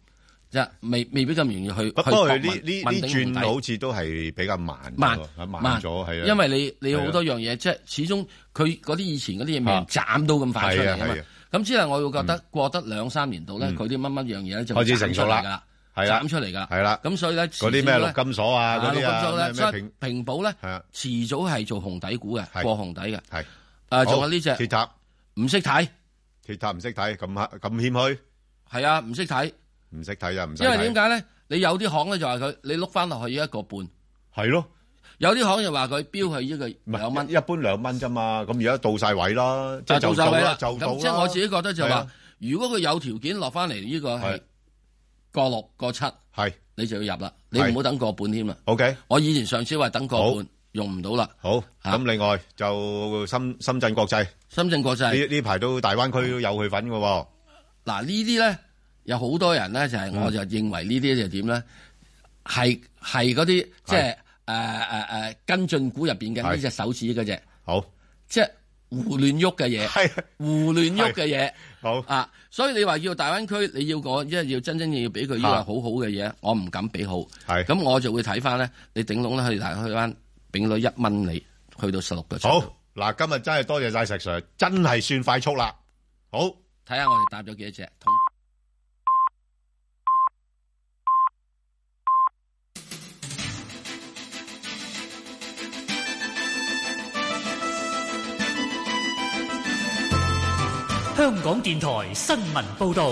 即係未未必咁容易去。
不不
去
過呢
搏
呢
問問
呢
頂
轉
紅底
好似都係比較慢
慢
咗啊慢咗係啊，
因為你你有
係
好
啊
多樣嘢，即係始終佢嗰啲以前嗰啲嘢未人斬到咁快出嚟啊
係啊
嘛
係啊。
咁之後我會覺得過得兩三年度咧，佢啲乜乜樣嘢咧就
開始成
斬出
熟
嚟
啦
㗎啦，
係啦
斬出嚟㗎啦。
係啦
咁所以咧，
嗰啲咩
陸
陸金所啊嗰啲啊咩咩
所以
平
平保咧
係啊，
遲早係做紅底股嘅，過紅底嘅。
係
誒，仲
好
有呢只
鐵塔
唔識睇，
鐵塔唔識睇咁啊咁謙虛，
係啊唔識睇，
唔識睇就唔識睇，
因為點解咧？你有啲行咧就話佢你碌翻落去一個半，
係咯。
有啲行就話佢標佢呢個
唔係，一般兩蚊咋嘛，咁而家到晒位啦，
就
即係就
做晒位啦。
到啦，就
咁
到啦。
即係我自己覺得就
係
話
啊，
如果佢有條件落翻嚟，呢個係過六過七，
係
你就要入啦。你
係
唔好等過半添啦。
OK。
我以前上次話等過半，用唔到啦。
好，咁另外就深-深圳國際。
深圳國際。嗯
呢-呢排都大灣區都有佢份㗎喎。嗯
嗱呢啲咧有好多人咧就係我就認為呢啲就點咧，係係嗰啲即係誒誒誒跟進股入邊嘅呢隻手指嗰只，
好
即係胡亂喐嘅嘢，胡亂喐嘅嘢，
好
啊，所以你話要大灣區，你要我即係要真真正要俾佢呢個
啊
好好嘅嘢，我唔敢俾好，
係
咁我就會睇翻咧，你頂籠咧去大去翻丙率一蚊你去到十六個，
好，嗱，今日真係多謝晒石 Sir，真係算快速啦。好。
睇下我哋搭咗幾多隻桶。
香港電台新聞報導，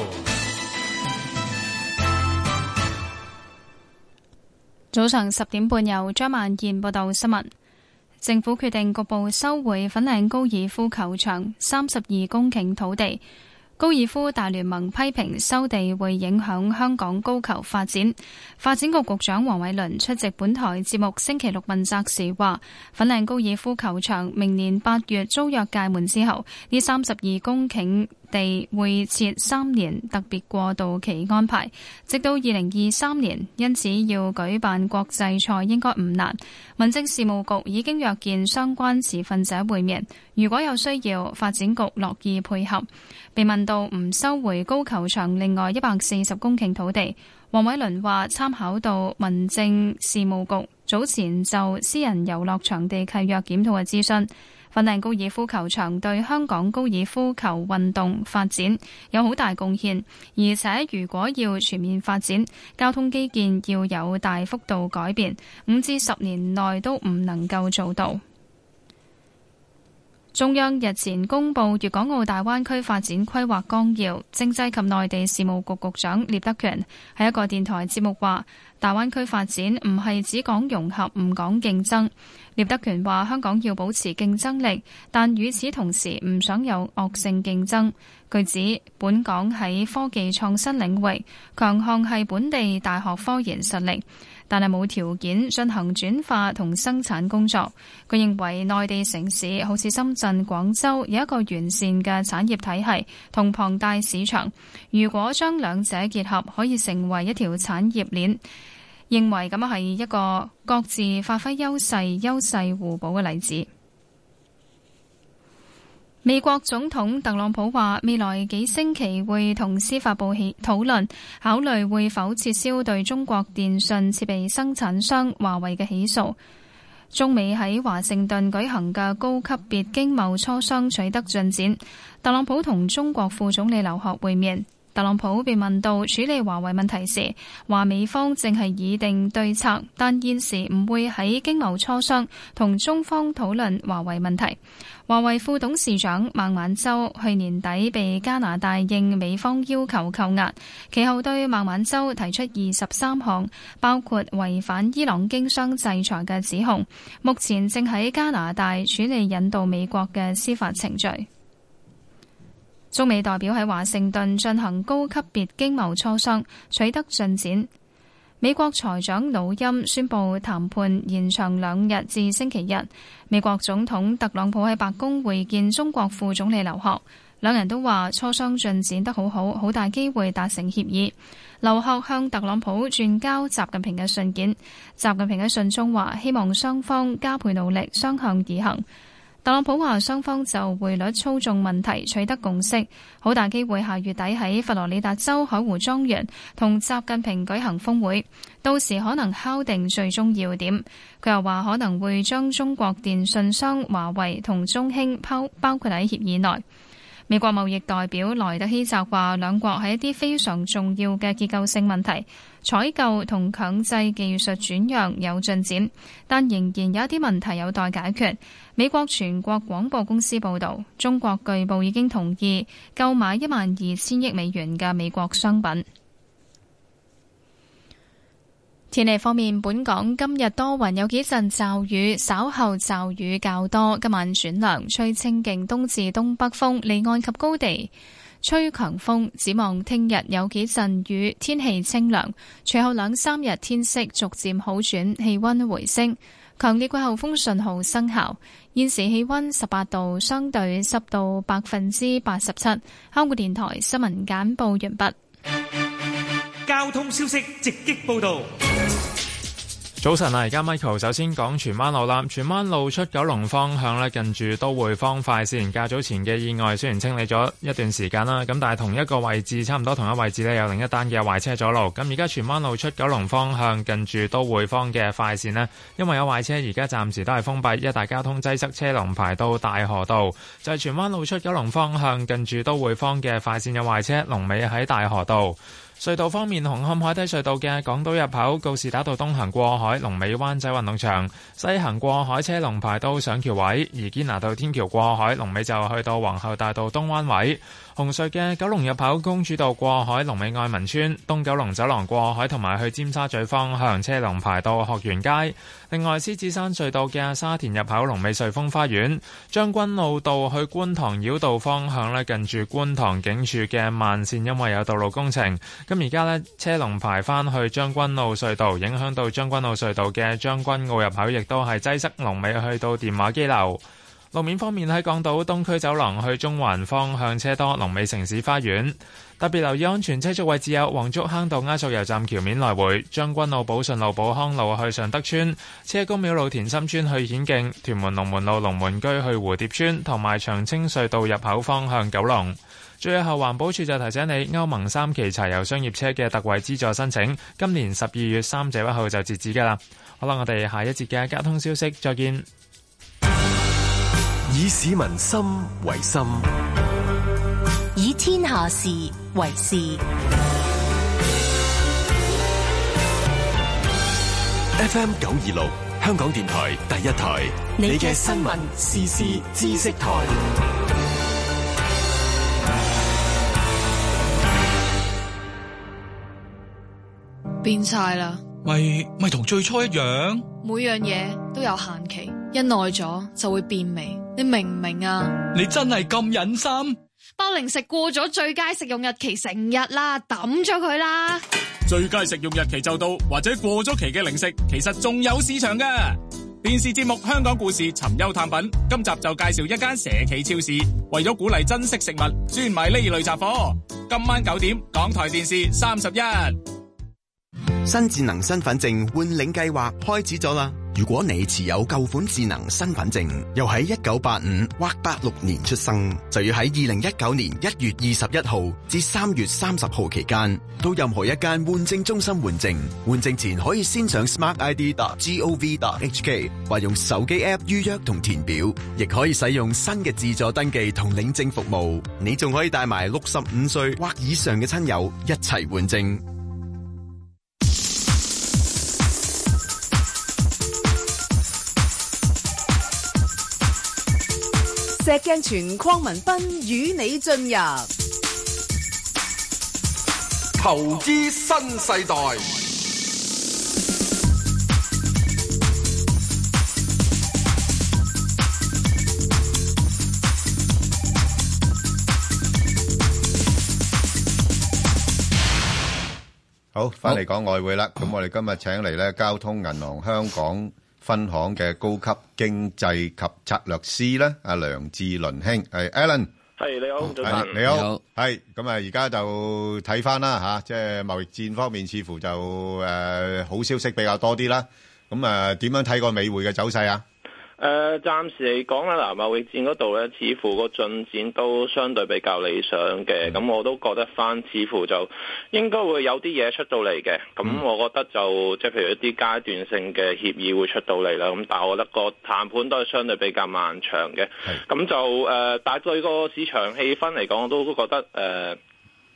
早上十點半由張萬燕報道新聞。政府決定局部收回粉嶺高爾夫球場三十二公頃土地。高爾夫大聯盟批評收地會影響香港高球發展。發展局局長黃偉綸出席本台節目星期六問責時話，粉嶺高爾夫球場明年八月租約屆滿之後，呢三十二公頃地會設三年特別過渡期安排，直到二零二三年，因此要舉辦國際賽應該唔難。民政事務局已經約見相關持份者會面，如果有需要，發展局樂意配合。被問到唔收回高球場另外一百四十公頃土地，黃偉綸話參考到民政事務局早前就私人遊樂場地契約檢討嘅諮詢，粉嶺高爾夫球場對香港高爾夫球運動發展有好大貢獻，而且如果要全面發展，交通基建要有大幅度改變，五至十年內都唔能夠做到。中央日前公布《粵港澳大灣區發展規劃綱要》，政制及內地事務局局長聶德權喺一個電台節目話：大灣區發展唔係只講融合，唔講競爭。聶德權話：香港要保持競爭力，但與此同時唔想有惡性競爭。據指本港喺科技創新領域強項係本地大學科研實力，但係冇條件進行轉化同生產工作。佢認為內地城市好似深圳、廣州有一個完善嘅產業體系同龐大市場，如果將兩者結合，可以成為一條產業鏈。認為咁樣係一個各自發揮優勢、優勢互補嘅例子。美國總統特朗普話：未來幾星期會同司法部起討論，考慮會否撤銷對中國電信設備生產商華為嘅起訴。中美喺華盛頓舉行嘅高級別經貿磋商取得進展，特朗普同中國副總理劉鶴會面。特朗普被問到處理華為問題時，話美方正係擬定對策，但現時唔會喺經貿磋商同中方討論華為問題。華為副董事長孟晚舟去年底被加拿大應美方要求扣押，其後對孟晚舟提出二十三項包括違反伊朗經商制裁嘅指控，目前正喺加拿大處理引渡美國嘅司法程序。中美代表喺華盛頓進行高級別經貿磋商，取得進展。美國財長紐欽宣布談判延長兩日至星期日。美國總統特朗普喺白宮會見中國副總理劉鶴，兩人都話磋商進展得好好，好大機會達成協議。劉鶴向特朗普轉交習近平嘅信件，習近平喺信中話希望雙方加倍努力，雙向而行。特朗普話：雙方就匯率操縱問題取得共識，好大機會下月底喺佛羅里達州海湖莊園同習近平舉行峰會，到時可能敲定最終要點。佢又話可能會將中國電信商華為同中興包包括喺協議內。美國貿易代表萊特希澤話：兩國喺一啲非常重要嘅結構性問題，採購同強制技術轉讓有進展，但仍然有一啲問題有待解決。美國全國廣播公司報導，中國據報已經同意購買一萬二千億美元嘅美國商品。天氣方面，本港今日多雲，有幾陣驟雨，稍後驟雨較多。今晚轉涼，吹清勁東至東北風，離岸及高地吹強風。展望聽日有幾陣雨，天氣清涼。隨後兩三日天色逐漸好轉，氣溫回升。強烈季候風信號生效。現時氣溫十八度，相對濕度百分之八十七。香港電台新聞簡報完畢。
交通消息直擊報道。
早晨啊，而家 Michael 首先講荃灣路啦。荃灣路出九龍方向咧，近住都會坊快線，較早前嘅意外雖然清理咗一段時間啦，咁但係同一個位置差唔多同一位置咧，有另一單嘅壞車阻路。咁而家荃灣路出九龍方向近住都會坊嘅快線咧，因為有壞車，而家暫時都係封閉，一帶交通擠塞，車龍排到大河道。就係、是、荃灣路出九龍方向近住都會坊嘅快線有壞車，龍尾喺大河道。隧道方面，紅磡海底隧道嘅港島入口告士打道東行過海，龍尾灣仔運動場；西行過海車龍排到上橋位，而堅拿道天橋過海龍尾就去到皇后大道東灣位。紅隧嘅九龍入口公主道過海龍尾愛民村，東九龍走廊過海同埋去尖沙咀方向車龍排到學園街。另外，獅子山隧道嘅沙田入口龍尾瑞峰花園，將軍澳道去觀塘繞道方向咧，近住觀塘警署嘅慢線，因為有道路工程，咁而家咧車龍排翻去將軍澳隧道，影響到將軍澳隧道嘅將軍澳入口，亦都係擠塞龍尾去到電話機樓。路面方面喺港島東區走廊去中環方向車多，龍尾城市花園。特別留意安全車速位置有黃竹坑道埃索油站橋面來回、將軍澳寶順路寶康路去順德村、車公廟路田心村去顯徑、屯門龍門路龍門居去蝴蝶村，同埋長青隧道入口方向九龍。最後，環保署就提醒你，歐盟三期柴油商業車嘅特惠資助申請，今年十二月三十一號就截止㗎啦。好啦，我哋下一節嘅交通消息再見。
以市民心為心，
以天下事為事。
FM 九二六，香港電台第一台，你嘅新聞、時事、知識台。
變晒啦，
咪咪同最初一樣，
每樣嘢都有限期。一耐咗就會變味，你明唔明啊？
你真係咁忍心？
包零食過咗最佳食用日期成日啦，抌咗佢啦！
最佳食用日期就到，或者過咗期嘅零食，其實仲有市場㗎。電視節目《香港故事尋幽探品》，今集就介紹一間社企超市，為咗鼓勵珍惜食物，專賣呢類雜貨。今晚九點，港台電視三十一。
新智能身份證換領計劃開始咗啦！如果你持有舊款智能身份證，又喺一九八五或八六年出生，就要喺二零一九年一月二十一號至三月三十號期間，到任何一間換證中心換證。換證前可以先上 smartid.gov.hk 或用手機 app 預約同填表，亦可以使用新嘅自助登記同領證服務。你仲可以帶埋六十五歲或以上嘅親友一齊換證。
石鏡泉邝文斌與你進入
投資新世代，
好，翻嚟講外匯啦。咁我哋今日請嚟咧交通銀行香港分行嘅高級經濟及策略師咧，阿梁志倫兄，係 Alan。
係你好，早
係
晨。
你好，係咁啊！而家就睇翻啦吓，即係貿易戰方面，似乎就誒好消息比較多啲啦。咁啊，點樣睇個美匯嘅走勢啊？
誒、暫時嚟講咧，嗱，貿易戰嗰度咧，似乎個進展都相對比較理想嘅。
嗯
咁、我都覺得翻，似乎就應該會有啲嘢出到嚟嘅。咁、
嗯
我覺得就即係譬如一啲階段性嘅協議會出到嚟啦。咁但係我覺得個談判都係相對比較漫長嘅。咁就誒、但係對個市場氣氛嚟講，我都覺得誒。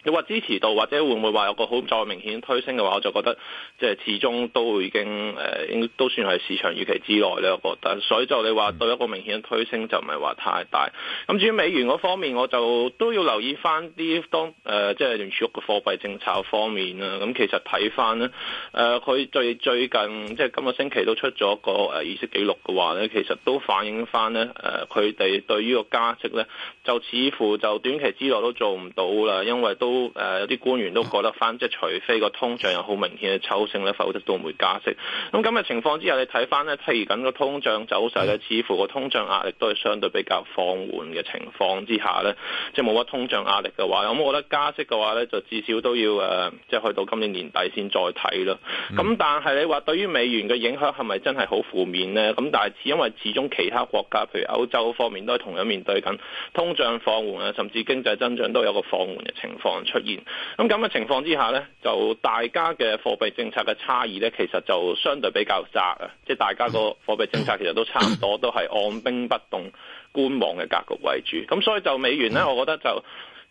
你話支持度或者會唔會話有個好再明顯推升嘅話，我就覺得即係始終都已經誒、呃應都算係市場預期之內咧。我覺得，所以就你話對一個明顯嘅推升就唔係話太大。咁至於美元嗰方面，我就都要留意翻啲當誒、呃即係聯儲局嘅貨幣政策方面啦。咁其實睇翻咧，誒、佢最最近即係今個星期都出咗個誒議息記錄嘅話咧，其實都反映翻咧誒佢哋對於個加息咧，就似乎就短期之內都做唔到啦，因為都誒、呃有啲官員都覺得翻，即係除非個通脹有好明顯嘅抽升咧，否則都唔會加息。咁咁嘅情況之下，你睇翻咧，譬如緊個通脹走勢咧，似乎個通脹壓力都係相對比較放緩嘅情況之下咧，即係冇乜通脹壓力嘅話，咁我覺得加息嘅話咧，就至少都要誒、呃即係去到今年年底先再睇啦。咁、但係你話對於美元嘅影響係咪真係好負面呢？咁但係因為始終其他國家，譬如歐洲方面都係同樣面對緊通脹放緩啊，甚至經濟增長都有個放緩嘅情況出現。咁咁嘅情況之下呢，就大家嘅貨幣政策嘅差異呢，其實就相對比較窄啊，即係大家個貨幣政策其實都差唔多，都係按兵不動、觀望嘅格局為主。咁所以就美元呢，我覺得就。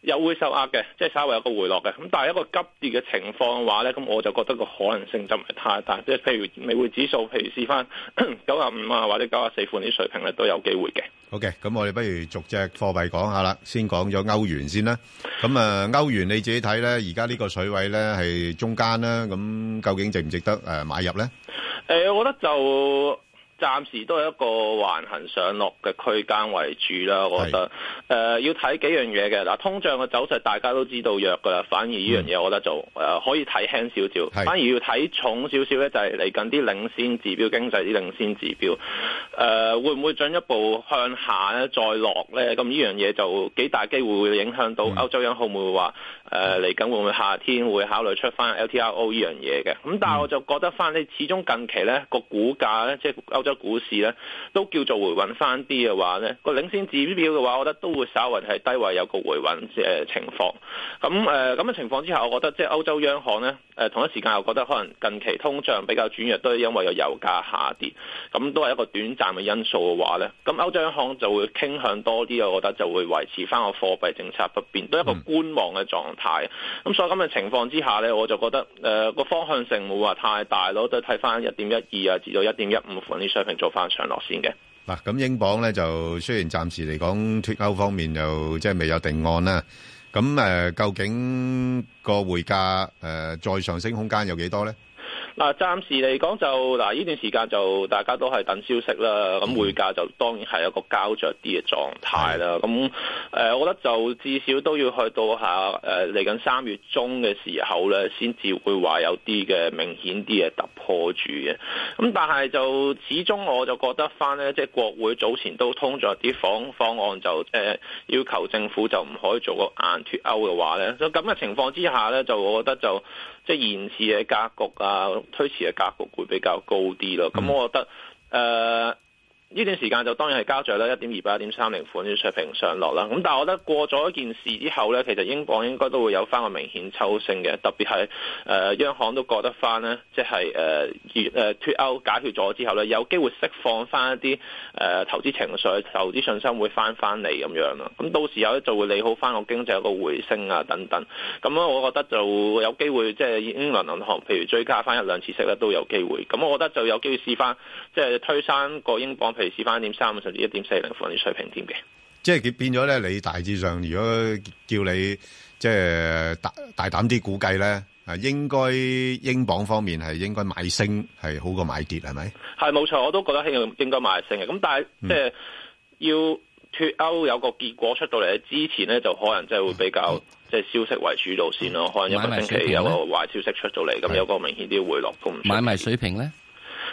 有會受壓嘅，即係稍微有個回落嘅。咁但係一個急跌嘅情況嘅話咧，咁我就覺得個可能性就唔係太大。即係譬如美匯指數，譬如試翻 九啊五啊或者九啊四款啲水平咧，都有機會嘅。
OK，咁我哋不如逐隻貨幣講下啦，先講咗歐元先啦。咁啊，歐元你自己睇咧，而家呢個水位咧係中間啦，咁究竟值唔值得誒買入咧？
誒、我覺得就暫時都係一個橫行上落嘅區間為主啦。我覺得誒、要睇幾樣嘢嘅嗱，通脹嘅走勢大家都知道弱㗎啦，反而呢樣嘢我覺得就誒、可以睇輕少少，反而要睇重少少咧，就係嚟緊啲領先指標、經濟啲領先指標誒、呃會唔會進一步向下咧再落咧？咁呢樣嘢就幾大機會會影響到歐洲央行會唔會話誒嚟緊會唔會夏天會考慮出翻 LTRO 呢樣嘢嘅？咁但係我就覺得翻你始終近期咧個股價咧，即係歐洲股市咧都叫做回穩翻啲嘅話咧，個領先指標嘅話，我覺得都會稍為係低位有個回穩嘅情況。咁呃誒咁嘅情況之下，我覺得即係歐洲央行咧誒、同一時間又覺得可能近期通脹比較轉弱，都係因為有油價下跌，咁都係一個短暫嘅因素嘅話咧，咁歐洲央行就會傾向多啲，我覺得就會維持翻個貨幣政策不變，都係一個觀望嘅狀態。咁所以咁嘅情況之下咧，我就覺得誒個、方向性冇話太大咯，都係睇翻一點一二啊至到一點一五款啲水平做翻上落先嘅。
嗱，咁英鎊咧就雖然暫時嚟講脱歐方面就即係未有定案啦，咁誒、呃究竟個匯價誒、呃再上升空間有幾多咧？
嗱，暫時嚟講就嗱，呢段時間就大家都係等消息啦。咁匯價就當然係一個膠着啲嘅狀態啦。咁誒、呃我覺得就至少都要去到下誒嚟緊三月中嘅時候咧，先至會話有啲嘅明顯啲嘅突破住嘅。咁但係就始終我就覺得翻咧，即係國會早前都通咗啲方方案就，誒要求政府就唔可以做個硬脱歐嘅話咧。所以咁嘅情況之下咧，就我覺得就即係延遲嘅格局啊，推遲嘅格局會比較高啲咯。咁我覺得誒呢段時間就當然係交咗啦，一點二八、一點三零款啲水平上落啦。咁但係我覺得過咗一件事之後呢，其實英鎊應該都會有翻個明顯抽升嘅，特別係誒、呃央行都覺得翻呢，即係誒越誒脱歐解決咗之後呢，有機會釋放翻一啲誒、呃投資情緒、投資信心會翻翻嚟咁樣啦。咁到時候呢，就會利好翻個經濟有個回升啊等等。咁啊，我覺得就有機會即係英倫銀行，譬如追加翻一兩次息咧，都有機會。咁我覺得就有機會試翻，即係推山個英鎊，譬如試翻一點三甚至一點四零附近啲水平添嘅。
即係變咗咧，你大致上如果叫你即係大大膽啲估計咧，啊應該英鎊方面係應該買升係好過買跌係咪？
係冇錯，我都覺得應應該買升嘅。咁但係即係要脱歐有個結果出到嚟之前呢，就可能即係會比較即係消息為主導先咯。可能一個星期有個壞消息出到嚟，咁有個明顯啲回落都唔出奇
買埋水平咧，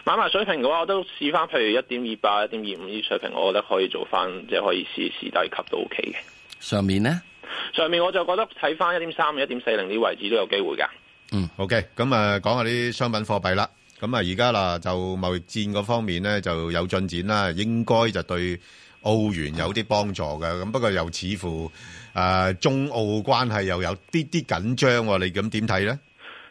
買埋水平嘅話，我都試翻譬如一點二八、一點二五呢啲水平，我覺得可以做翻，即係可以試試低級都 OK 嘅。
上面咧，
上面我就覺得睇翻一點三、一點四零呢位置都有機會㗎。
嗯，OK，咁啊，講下啲商品貨幣啦。咁啊，而家嗱就貿易戰嗰方面咧就有進展啦，應該就對澳元有啲幫助嘅。咁不過又似乎誒、呃中澳關係又有啲啲緊張喎，你咁點睇咧？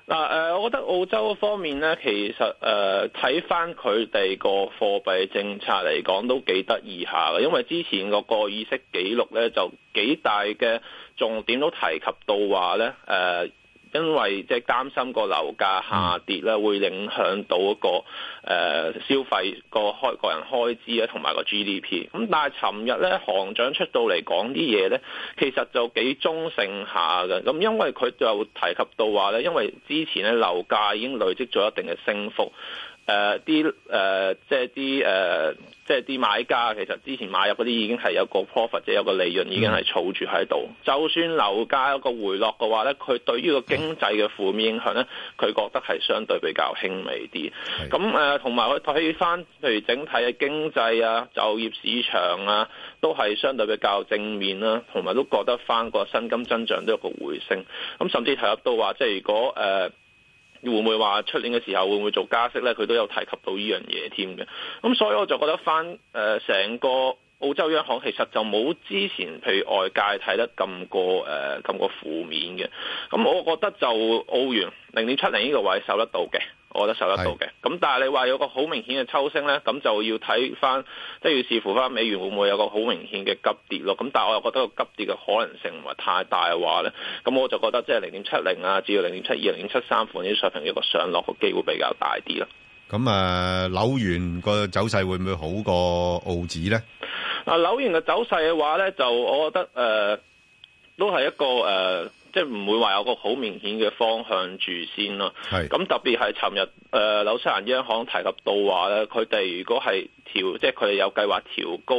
嗱誒、呃我覺得澳洲方面咧，其實誒睇翻佢哋個貨幣政策嚟講，都幾得意下嘅，因為之前個個議息記錄咧，就幾大嘅重點都提及到話咧誒。呃因為即係擔心個樓價下跌咧，會影響到一個誒、呃消費個開個人開支咧，同埋個 GDP。咁但係尋日咧，行長出到嚟講啲嘢咧，其實就幾中性下嘅。咁因為佢就提及到話咧，因為之前咧樓價已經累積咗一定嘅升幅。誒呃啲誒即係啲誒即係啲買家其實之前買入嗰啲已經係有個 profit，即係有個利潤已經係儲住喺度。就算樓價有個回落嘅話咧，佢對於個經濟嘅負面影響咧，佢覺得係相對比較輕微啲。咁誒同埋佢睇翻譬如整體嘅經濟啊、就業市場啊，都係相對比較正面啦，同埋都覺得翻個薪金增長都有個回升。咁甚至提及到話，即係如果誒。呃會唔會話出年嘅時候會唔會做加息呢？佢都有提及到呢樣嘢添嘅。咁所以我就覺得翻誒成個澳洲央行其實就冇之前譬如外界睇得咁過誒咁過負面嘅。咁我覺得就澳元零點七零呢個位守得到嘅。我覺得守得到嘅，咁但係你話有個好明顯嘅抽升呢，咁就要睇翻，即係要視乎翻美元會唔會有個好明顯嘅急跌咯。咁但係我又覺得個急跌嘅可能性唔係太大嘅話呢，咁我就覺得即係零點七零啊，至到零點七二、零點七三款呢啲水平一個上落嘅機會比較大啲咯。
咁啊，紐元個走勢會唔會好過澳紙咧？
啊，紐元嘅走勢嘅話呢，就我覺得誒、呃都係一個誒。呃即係唔會話有個好明顯嘅方向住先咯。
係
咁特別係尋日誒紐西蘭央行提及到話咧，佢哋如果係調，即係佢哋有計劃調高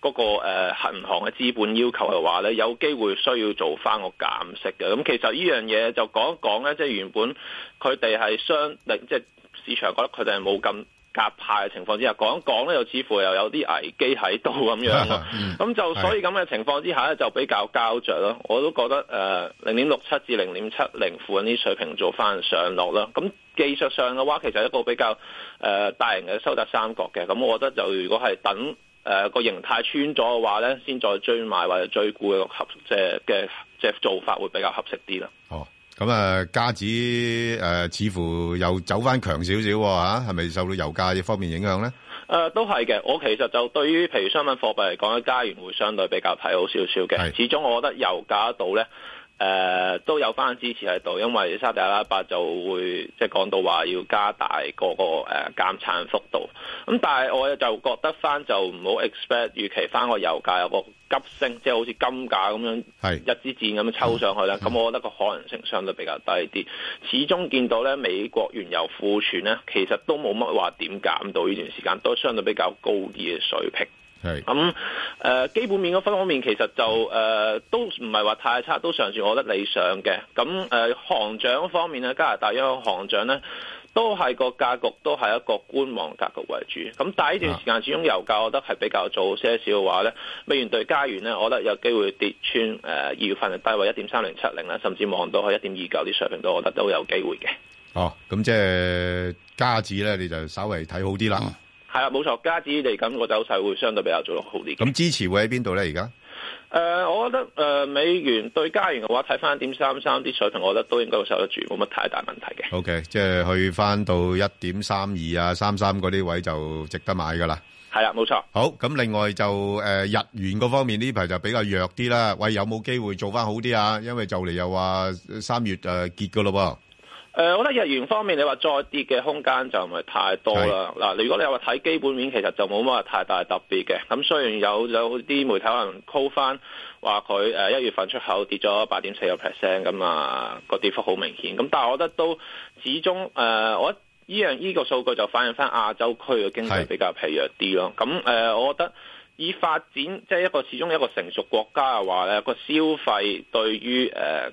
嗰個誒銀行嘅資本要求嘅話咧，有機會需要做翻個減息嘅。咁其實呢樣嘢就講一講咧，即係原本佢哋係相，即係市場覺得佢哋係冇咁。夾派嘅情況之下，講一講咧，又似乎又有啲危機喺度咁樣咯
嗯。
咁就所以咁嘅情況之下咧，就比較膠着咯。我都覺得呃誒零點六七至零點七零附近啲水平做翻上落啦。咁技術上嘅話，其實一個比較誒、呃大型嘅收窄三角嘅。咁我覺得就如果係等誒個、形態穿咗嘅話咧，先再追買或者追沽嘅合即係嘅即係做法會比較合適啲啦。
咁啊，加指誒似乎又走翻強少少喎嚇，係咪受到油價方面影響咧？
誒、呃都係嘅，我其實就對於譬如商品貨幣嚟講咧，加元會相對比較睇好少少嘅。始終我覺得油價度咧，誒、呃都有翻支持喺度，因為沙特阿拉伯就會即係講到話要加大嗰、個誒、減產幅度。咁但係我就覺得翻就唔好 expect 預期翻個油價有個急升，即係好似金價咁樣一支箭咁樣抽上去啦。咁我覺得個可能性相對比較低啲。始終見到咧美國原油庫存咧，其實都冇乜話點減到呢段時間，都相對比較高啲嘅水平。
係
咁誒、基本面嗰方面其實就誒、呃都唔係話太差，都尚算我覺得理想嘅。咁誒、呃行長方面咧，加拿大央行行長咧。都係個格局，都係一個觀望格局為主。咁但係呢段時間，始終油價，我覺得係比較早些少嘅話咧，美元對加元咧，我覺得有機會跌穿誒二、月份嘅低位一點三零七零啦，甚至望到去一點二九啲水平度，我覺得都有機會嘅。
哦，咁即係加指咧，你就稍微睇好啲啦。
係啦，冇錯，加指嚟緊個走勢會相對比較做得好啲。
咁支持會喺邊度咧？而家
誒、呃我覺得誒、美元對加元嘅話，睇翻一點三三啲水平，我覺得都應該會受得住，冇乜太大問題嘅。
OK，即係去翻到一點三二啊、三三嗰啲位就值得買噶啦。
係啦，冇錯。
好，咁另外就诶、日元嗰方面呢排就比較弱啲啦。喂，有冇機會做翻好啲啊？因為就嚟又話三月诶结噶咯
誒、呃我覺得日元方面，你話再跌嘅空間就唔係太多啦。嗱，如果你話睇基本面，其實就冇乜話太大特別嘅。咁雖然有有啲媒體可能 call 翻話佢誒一月份出口跌咗八點四個 percent 咁啊，個跌幅好明顯。咁但係我覺得都始終誒、呃我覺得依樣依個數據就反映翻亞洲區嘅經濟比較疲弱啲咯。咁誒、呃我覺得。以發展即係一個始終一個成熟國家嘅話咧，個消費對於呃誒、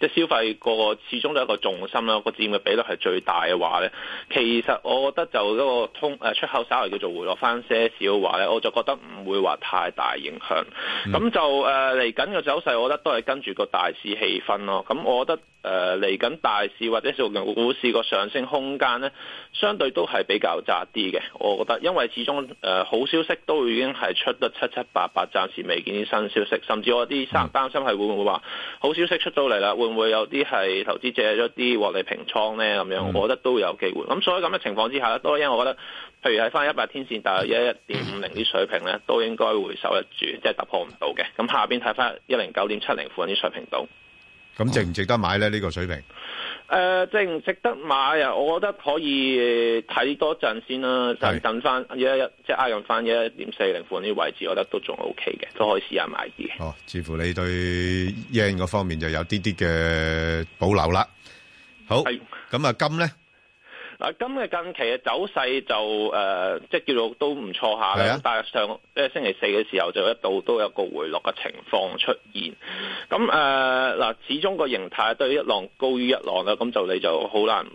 即係消費個始終都係一個重心啦，個佔嘅比率係最大嘅話咧，其實我覺得就嗰個通誒出口稍微叫做回落翻些少嘅話咧，我就覺得唔會話太大影響。咁就誒嚟緊嘅走勢，我覺得都嗯係跟住個大市氣氛咯。咁我覺得誒呃嚟緊大市或者做股市個上升空間咧，相對都係比較窄啲嘅。我覺得，因為始終誒、呃好消息都已經係出得七七八八，暫時未見啲新消息，甚至我啲三擔心係會唔會話好消息出到嚟啦，會唔會有啲係投資者咗啲獲利平倉咧咁樣？我覺得都有機會。咁所以咁嘅情況之下咧，多因我覺得，譬如喺翻一百天線大約一一點五零啲水平咧，都應該會守得住，即係突破唔到嘅。咁下邊睇翻一零九點七零附近啲水平度。
噃。咁值唔值得買咧？呢、個水平？
誒、值唔值得買啊？我覺得可以睇多陣先啦，等等翻一一即係挨近翻一一點四零款呢啲位置，我覺得都仲 O K 嘅，都可以試下買啲嘅。
哦，似乎你對 yen 嗰方面就有啲啲嘅保留啦。好，咁啊金咧，
嗱，今嘅近期嘅走勢就誒、呃即係叫做都唔錯下
係
啦。
啊
但係上即係星期四嘅時候，就一度都有個回落嘅情況出現。咁誒呃嗱，始終個形態對一浪高於一浪啦，咁就你就好難。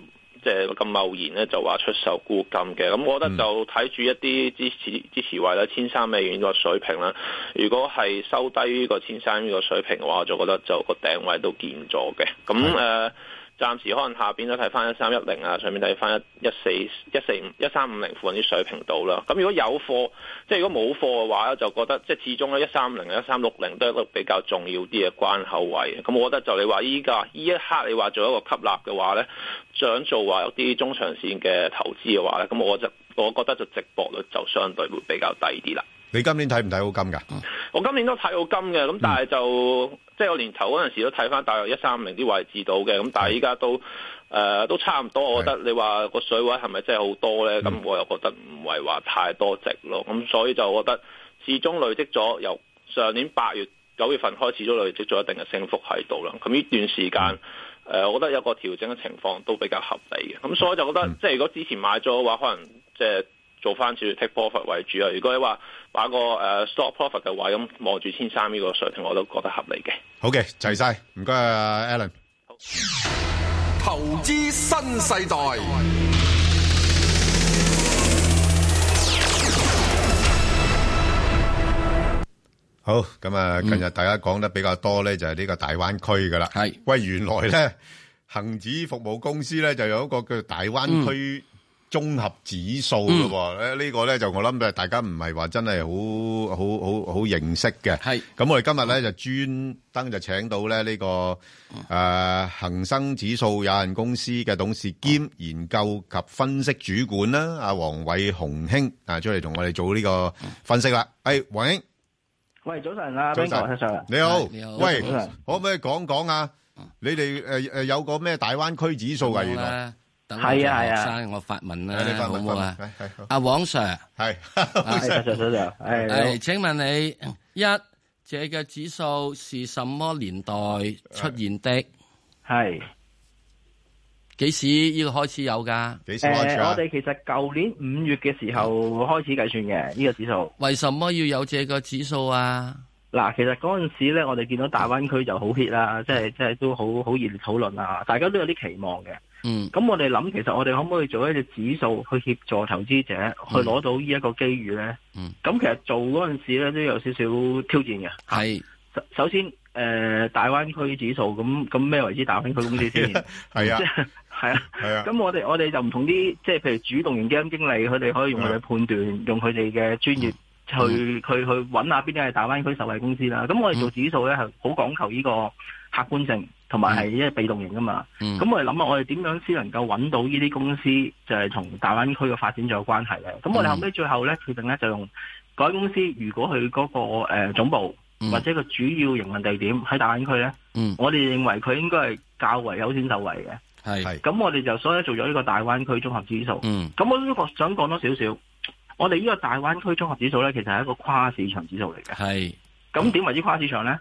即係咁貿然咧，就話出售沽金嘅，咁我覺得就睇住一啲支持支持位啦，千三美元個水平啦。如果係收低於個千三呢個水平嘅話，我就覺得就個頂位都見咗嘅。咁誒。呃暫時可能下邊都睇翻一三一零啊，上面睇翻一一四一四五一三五零附近啲水平度啦。咁如果有貨，即係如果冇貨嘅話咧，就覺得即係始終咧一三五零、一三六零都係一個比較重要啲嘅關口位。咁我覺得就你話依家依一刻你話做一個吸納嘅話咧，想做話有啲中長線嘅投資嘅話咧，咁我就我覺得就直播率就相對會比較低啲啦。
你今年睇唔睇好金㗎？
我今年都睇到金嘅，咁但係就、即係我年頭嗰陣時都睇翻大約一三五零啲位置到嘅，咁但係依家都誒、呃都差唔多，我覺得你話個水位係咪真係好多咧？咁、我又覺得唔係話太多值咯，咁所以就我覺得始終累積咗由上年八月九月份開始都累積咗一定嘅升幅喺度啦，咁呢段時間。誒、呃我覺得有個調整嘅情況都比較合理嘅，咁所以就覺得、即係如果之前買咗嘅話，可能即係做翻少少 take profit 為主啊。如果你話買個誒、stop profit 嘅話，咁望住千三呢個水平，我都覺得合理嘅。
好嘅，齊晒，唔該啊 Alan。
投資新世代，
好，咁啊，近日大家講得比較多咧，就係呢個大灣區噶啦。系，喂，原來咧，恒指服務公司咧就有一個叫大灣區綜合指數嘅喎。咧呢個咧就我諗大家唔係話真係好好好好認識嘅。系，咁我哋今日咧就專登就請到咧呢個誒恒生指數有限公司嘅董事兼研究及分析主管啦，阿黃偉雄兄啊，出嚟同我哋做呢個分析啦。誒，黃兄。
喂，早晨啊，
早
邊
晨
個先生啊？
你好，喂
早晨，
可唔可以講講啊？你哋诶诶有個咩大灣區指數啊？原來
等我做學生我發問
係你
啦，
發
好
問
唔好啊
發問係係好？
阿黃 Sir
係，
啊
係早上早上係你好
係請問你一這個指數是什麼年代出現的？
係
幾時呢個開始有㗎？
幾
誒、我哋其實舊年五月嘅時候開始計算嘅呢、個指數。
為什麼要有這個指數啊？
嗱，其實嗰陣時咧，我哋見到大灣區就好 hit 啦，即係即係都好好熱烈討論啊，大家都有啲期望嘅。
嗯，
咁我哋諗，其實我哋可唔可以做一隻指數去協助投資者去攞到呢一個機遇呢？
嗯，
咁其實做嗰陣時咧都有少少挑戰嘅。啊
係，
首先誒、呃大灣區指數咁咁咩為之大灣區公司先？
係啊
即係係啊，
係啊
咁我哋我哋就唔同啲，即係譬如主動型基金經理，佢哋可以用
啊
佢哋判斷，用佢哋嘅專
嗯
業去去去揾下邊啲係大灣區受惠公司啦。咁我哋
嗯
做指數咧係好講求呢個客觀性，同埋係因為被動型噶嘛。
嗯
咁我哋諗下，我哋點樣先能夠揾到呢啲公司就係同大灣區嘅發展仲有關係咧？咁
嗯
我哋後尾最後咧決定咧就用嗰間公司，如果佢嗰個誒總部或者個主要營運地點喺大灣區咧。
嗯
我哋認為佢應該係較為優先受惠嘅。
係
咁我哋就所以做咗呢個大灣區綜合指數。
嗯
咁我都覺想講多少少，我哋呢個大灣區綜合指數咧，其實係一個跨市場指數嚟嘅。
係
咁點為之跨市場咧？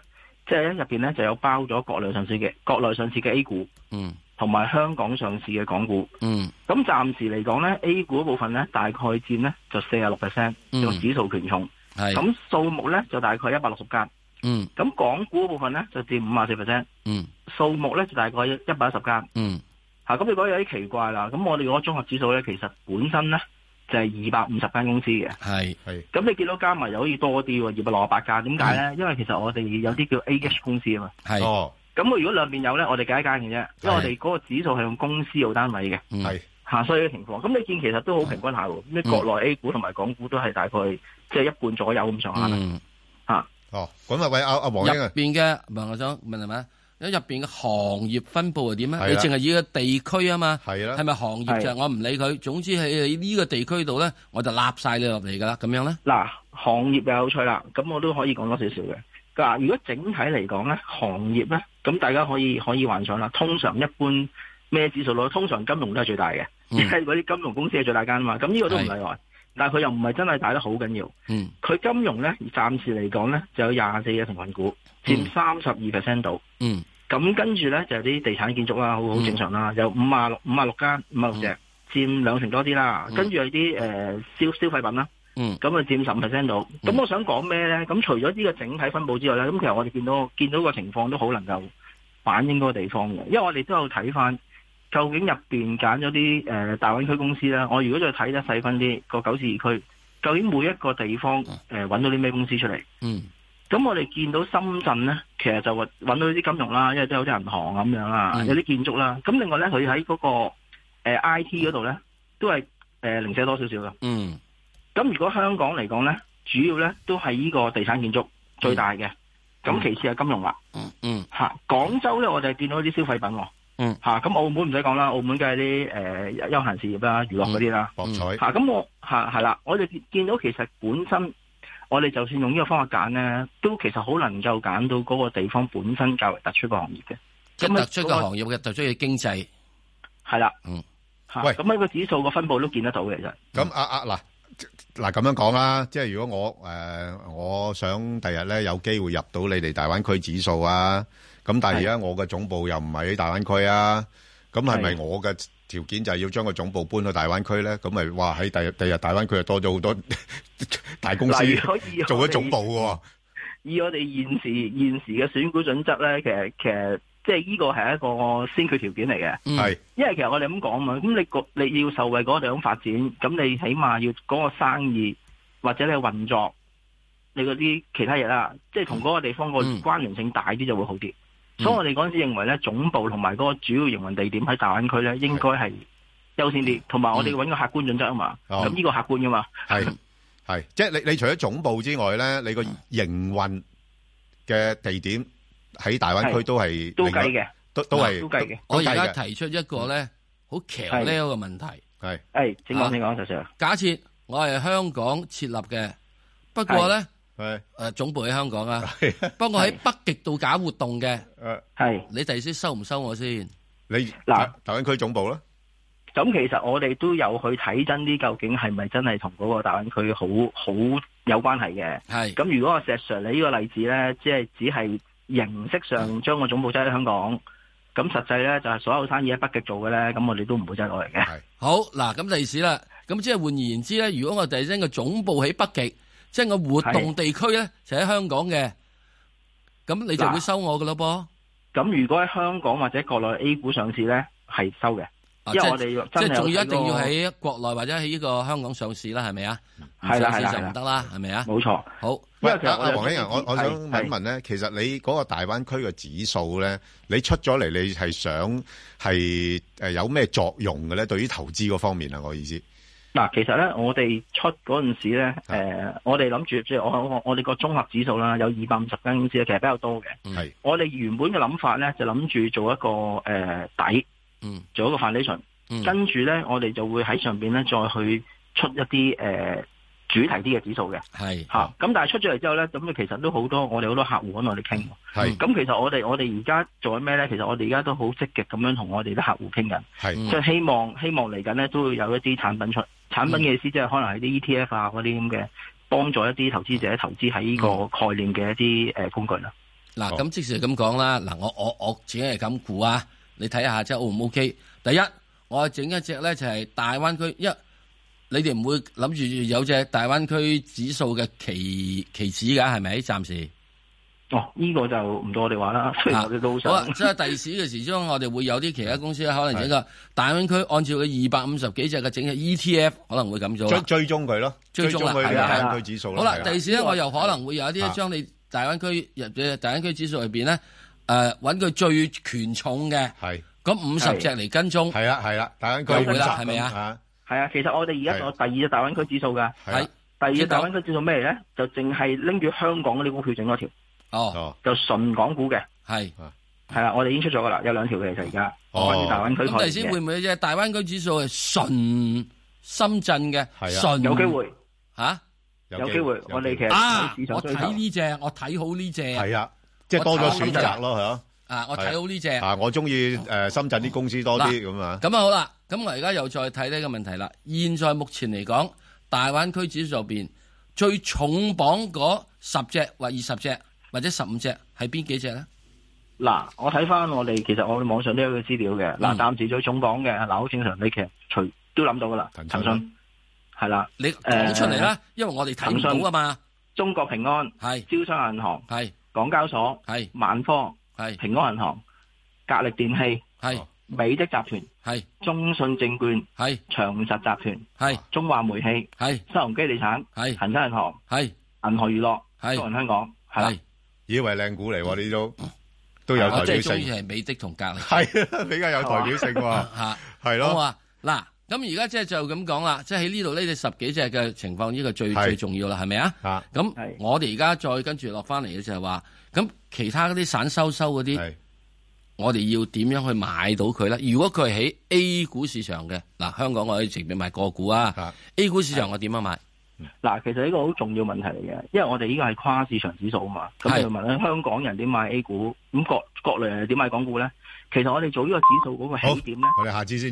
即係咧入邊咧就有包咗國內上市嘅國內上市嘅 A 股，
嗯
同埋香港上市嘅港股。
嗯
咁暫時嚟講咧，A 股嗰部分咧大概佔咧就四十六 percent
嗯
個指數權重。
係
咁數目咧就大概一百六十間。
嗯
咁港股嗰部分咧就佔五十四 percent。
嗯
數目咧就大概一百一十間。
嗯
嚇，咁你講有啲奇怪啦。咁我哋嗰個綜合指數咧，其實本身咧就係二百五十間公司嘅。
係
係
咁你見到加埋又好似多啲喎，二百六十八間。點解咧？因為其實我哋有啲叫 A H 公司啊嘛。
嗯係
哦，
咁佢如果兩邊有咧，我哋計一間嘅啫，因為我哋嗰個指數係用公司做單位嘅。
嗯
係
嚇，所以嘅情況，咁你見其實都好平均下喎。咩
嗯
國內 A 股同埋港股都係大概即係一半左右咁上下啦。
嗯
嚇，
哦，咁啊喂阿阿
入
黃英啊，
邊嘅唔係我想問係咪？因為入邊嘅行業分布係點咧？
係
你
啦
淨係以個地區啊嘛，
係啦
係咪行業
係
就係我唔理佢，總之喺呢個地區度咧，我就立晒你落嚟㗎啦，咁樣咧？
嗱，行業又有趣啦，咁我都可以講多少少嘅。嗱，如果整體嚟講咧，行業咧，咁大家可以可以幻想啦。通常一般咩指數咯，通常金融都係最大嘅，
嗯
因為嗰啲金融公司係最大間啊嘛。咁呢個都唔例外，但係佢又唔係真係大得好緊要。
嗯
佢金融咧，暫時嚟講咧，就有廿四隻成分股，
嗯
佔三十二 percent 度。
嗯
咁跟住咧就有啲地產建築啦，好好正常啦，有五啊六五啊六間五啊六隻，佔兩成多啲啦。
嗯
跟住有啲誒消消費品啦。
嗯
咁啊佔十五 percent 到。咁我想講咩咧？咁除咗呢個整體分佈之外咧，咁其實我哋見到見到個情況都好能夠反映嗰個地方嘅，因為我哋都有睇翻究竟入邊揀咗啲誒大灣區公司啦。我如果再睇得細分啲個九市二區，究竟每一個地方誒揾、到啲咩公司出嚟？
嗯
咁我哋見到深圳咧，其實就揾揾到啲金融啦，因為都有啲銀行咁樣啦，
嗯
有啲建築啦。咁另外咧，佢喺嗰個、呃、I T 嗰度咧，都係誒、呃零舍多少少嘅。
嗯
咁如果香港嚟講咧，主要咧都係呢個地產建築最大嘅，咁、其次係金融啦。
嗯嗯
嚇，廣州咧我哋見到啲消費品喎。
嗯
嚇，咁澳門唔使講啦，澳門梗係啲呃誒休閒事業啦、娛樂嗰啲
嗯
啦。
博彩
嚇，咁我嚇係啦，我哋見見到其實本身我哋就算用呢個方法揀咧，都其實好能夠揀到嗰個地方本身較為突出嘅行業嘅。
即
咁
係
啊
突出
嗰
嘅
個
行業嘅突出嘅經濟。
係啦。
嗯。
嚇，
喂
咁喺個指數個分佈都見得到嘅，其實。
咁啊啊嗱嗱咁樣講啦，即係如果我誒、呃我想第日咧有機會入到你哋大灣區指數啊，咁但係而家我嘅總部又唔係喺大灣區啊，咁係咪
係
我嘅條件就係要將個總部搬去大灣區咧？咁咪哇喺第日第日大灣區就多咗好多 大公司
嗱如果以我哋
做咗總部嘅喎，
以我哋現時現時嘅選股準則咧，其實其實即係呢個係一個先決條件嚟嘅。
嗯
係
因為其實我哋咁講嘛，咁你個你要受惠嗰個地方發展，咁你起碼要嗰個生意或者你運作，你嗰啲其他嘢啦，即係同嗰個地方個
嗯
關聯性大啲就會好啲。
嗯
所以我哋嗰陣時認為咧，總部同埋嗰個主要營運地點喺大灣區咧，應該係優先啲，同埋我哋
嗯
揾個客觀準則啊嘛。
哦
咁呢個客觀噶嘛，
係係，即係你你除咗總部之外咧，你個營運嘅地點喺大灣區
係
都係
都
另外
計嘅，
都都係
都計嘅
我而
計
家
嘅
提出一個咧好騎呢嘅問題。
係
誒，哎請
啊
講請講，石 Sir。
假設我係香港設立嘅，不過咧
係
誒總部喺香港啊，
係
不過喺北極度搞活動嘅，
誒
係。
你第時收唔收我先？
你
嗱
大大灣區總部啦。
咁其實我哋都有去睇真啲，究竟係咪真係同嗰個大灣區好好有關係嘅？
係
咁如果阿石 Sir 你呢個例子呢，即係只係形式
啊
上將個總部擠喺香港，咁實際呢，就係、所有生意喺北極做嘅呢，咁我哋都唔會擠落嚟嘅。
好嗱，咁第時啦，咁即係換言之咧，如果我第時個總部喺北極，即係我活動地區咧就喺香港嘅，咁你就會
嗱
收我噶咯噃。
咁如果喺香港或者國內 A 股上市呢，係收嘅，
啊
因
即
為
係
我哋
即
真
係
係
仲要
有
一定要
睇過
喺國內或者喺呢個香港上市啦，係咪啊？係啦
係啦
就唔得啦，係咪啊？
冇錯。
好，
喂，
因為其實
阿
我
阿
有
黃英仁，我我想
係
問一問咧，其實你嗰個大灣區嘅指數咧，你出咗嚟，你係想係誒有咩作用嘅咧？對於投資嗰方面啊，我意思。
嗱，其實咧，我哋出嗰陣時咧，誒、
啊
我哋諗住即係我我我哋個綜合指數啦，有二百五十間公司咧，其實比較多嘅。
係
我哋原本嘅諗法咧，就諗住做一個誒、呃底，
嗯，
做一個 foundation，、
嗯
跟住咧，我哋就會喺上邊咧再去出一啲誒、呃主題啲嘅指數嘅。
係
嚇，咁但係出咗嚟之後咧，咁其實都好多我哋好多客戶喺度哋傾喎。
係
咁其實我哋我哋而家做緊咩咧？其實我哋而家都好積極咁樣同我哋啲客戶傾緊，
係
嗯
即係希望希望嚟緊咧都會有一啲產品出。產品嘅意思即係可能係啲 ETF 啊嗰啲咁嘅，幫助一啲投資者投資喺呢個
嗯
概念嘅一啲誒工具啦。
嗱，咁即使係咁講啦，嗱，我我我自己係咁估啊，你睇下即係 O 唔 O K？第一，我整一隻咧就係大灣區，因為你哋唔會諗住有隻大灣區指數嘅期期指㗎，係咪？暫時
哦，呢、個就唔到我哋話啦，雖然我哋都好
好啊
想，
即係第時嘅時鐘，我哋會有啲其他公司可能整個大灣區按照佢二百五十幾隻嘅整嘅 ETF，可能會咁做
追
啊啦。
追蹤佢咯，
追蹤啦
佢
係啦
大
係
灣
啦
區指數啦。啊
好啦，
係
第二時咧，我又可能會有一啲將你大灣區入嘅大灣區指數入邊咧，誒揾佢最權重嘅，
係
咁五十
係
隻嚟跟蹤，
係啦係
啊
啦，大灣
區會啦，係咪啊？
啊？
係啊，其實我哋而家仲有第二隻大灣區指數㗎。
係
第二隻大灣區指數咩嚟咧？就淨係拎住香港嗰啲股票整嗰條，
哦，啊
就純港股嘅。
係
係啦，我哋已經出咗㗎啦，有兩條嘅其實而家。
哦
關於大灣區概
咁第
念
時
嘅
會唔會哦即係大灣區指數係純深圳嘅？
係啊
純
有機會
嚇，
有機會有機會我哋其實
啊
有市，場
我
追求
睇呢只，我睇好呢只，
係啊，即係多咗選擇咯，係咯。
啊，我睇好呢隻
係啊，我中意誒深圳啲公司多啲
嗱
咁啊。
咁啊好啦，咁我而家又再睇呢個問題啦。現在目前嚟講，大灣區指數入邊最重磅嗰十隻或二十隻或者十五隻係邊幾隻咧？
嗱，我睇翻我哋其實我哋網上都有個資料嘅。
嗯
嗱，暫時最重磅嘅嗱，好正常，你其實隨都諗到㗎啦。騰訊係啦，
你講出嚟啦，因為我哋睇唔到啊嘛。
中國平安
係
招商銀行
係
港交所
係
萬科
係
平安銀行格力電器
係
美的集團
係
中信證券
係
長實集團
係
中華煤氣
係
新鴻基地產
係
恒生銀行
係
銀河娛樂
係
中銀香港係啦
係。
以為靚股嚟喎，呢啲都都有
啊我
代表
真係中意
性。
係美的同格 力。
係啊，比較有代表性喎。
嚇，
係咯
好啊，嗱，咁而家即係就咁講啦，即係喺呢度呢，只十幾隻嘅情況，呢個最
係
最重要啦，係咪啊？咁我哋而家再跟住落翻嚟嘅就係話，咁其他嗰啲散收收嗰啲，我哋要點樣去買到佢咧？如果佢係喺 A 股市場嘅，嗱，香港我可以隨便買個股啊，A 股市場我點
啊
樣買？
嗯嗱，其實呢個好重要問題嚟嘅，因為我哋呢個係跨市場指數啊嘛。咁
係
你問咧，香港人點買 A 股，咁國國內人點買港股咧？其實我哋做呢個指數嗰個起點咧，
我哋下次先。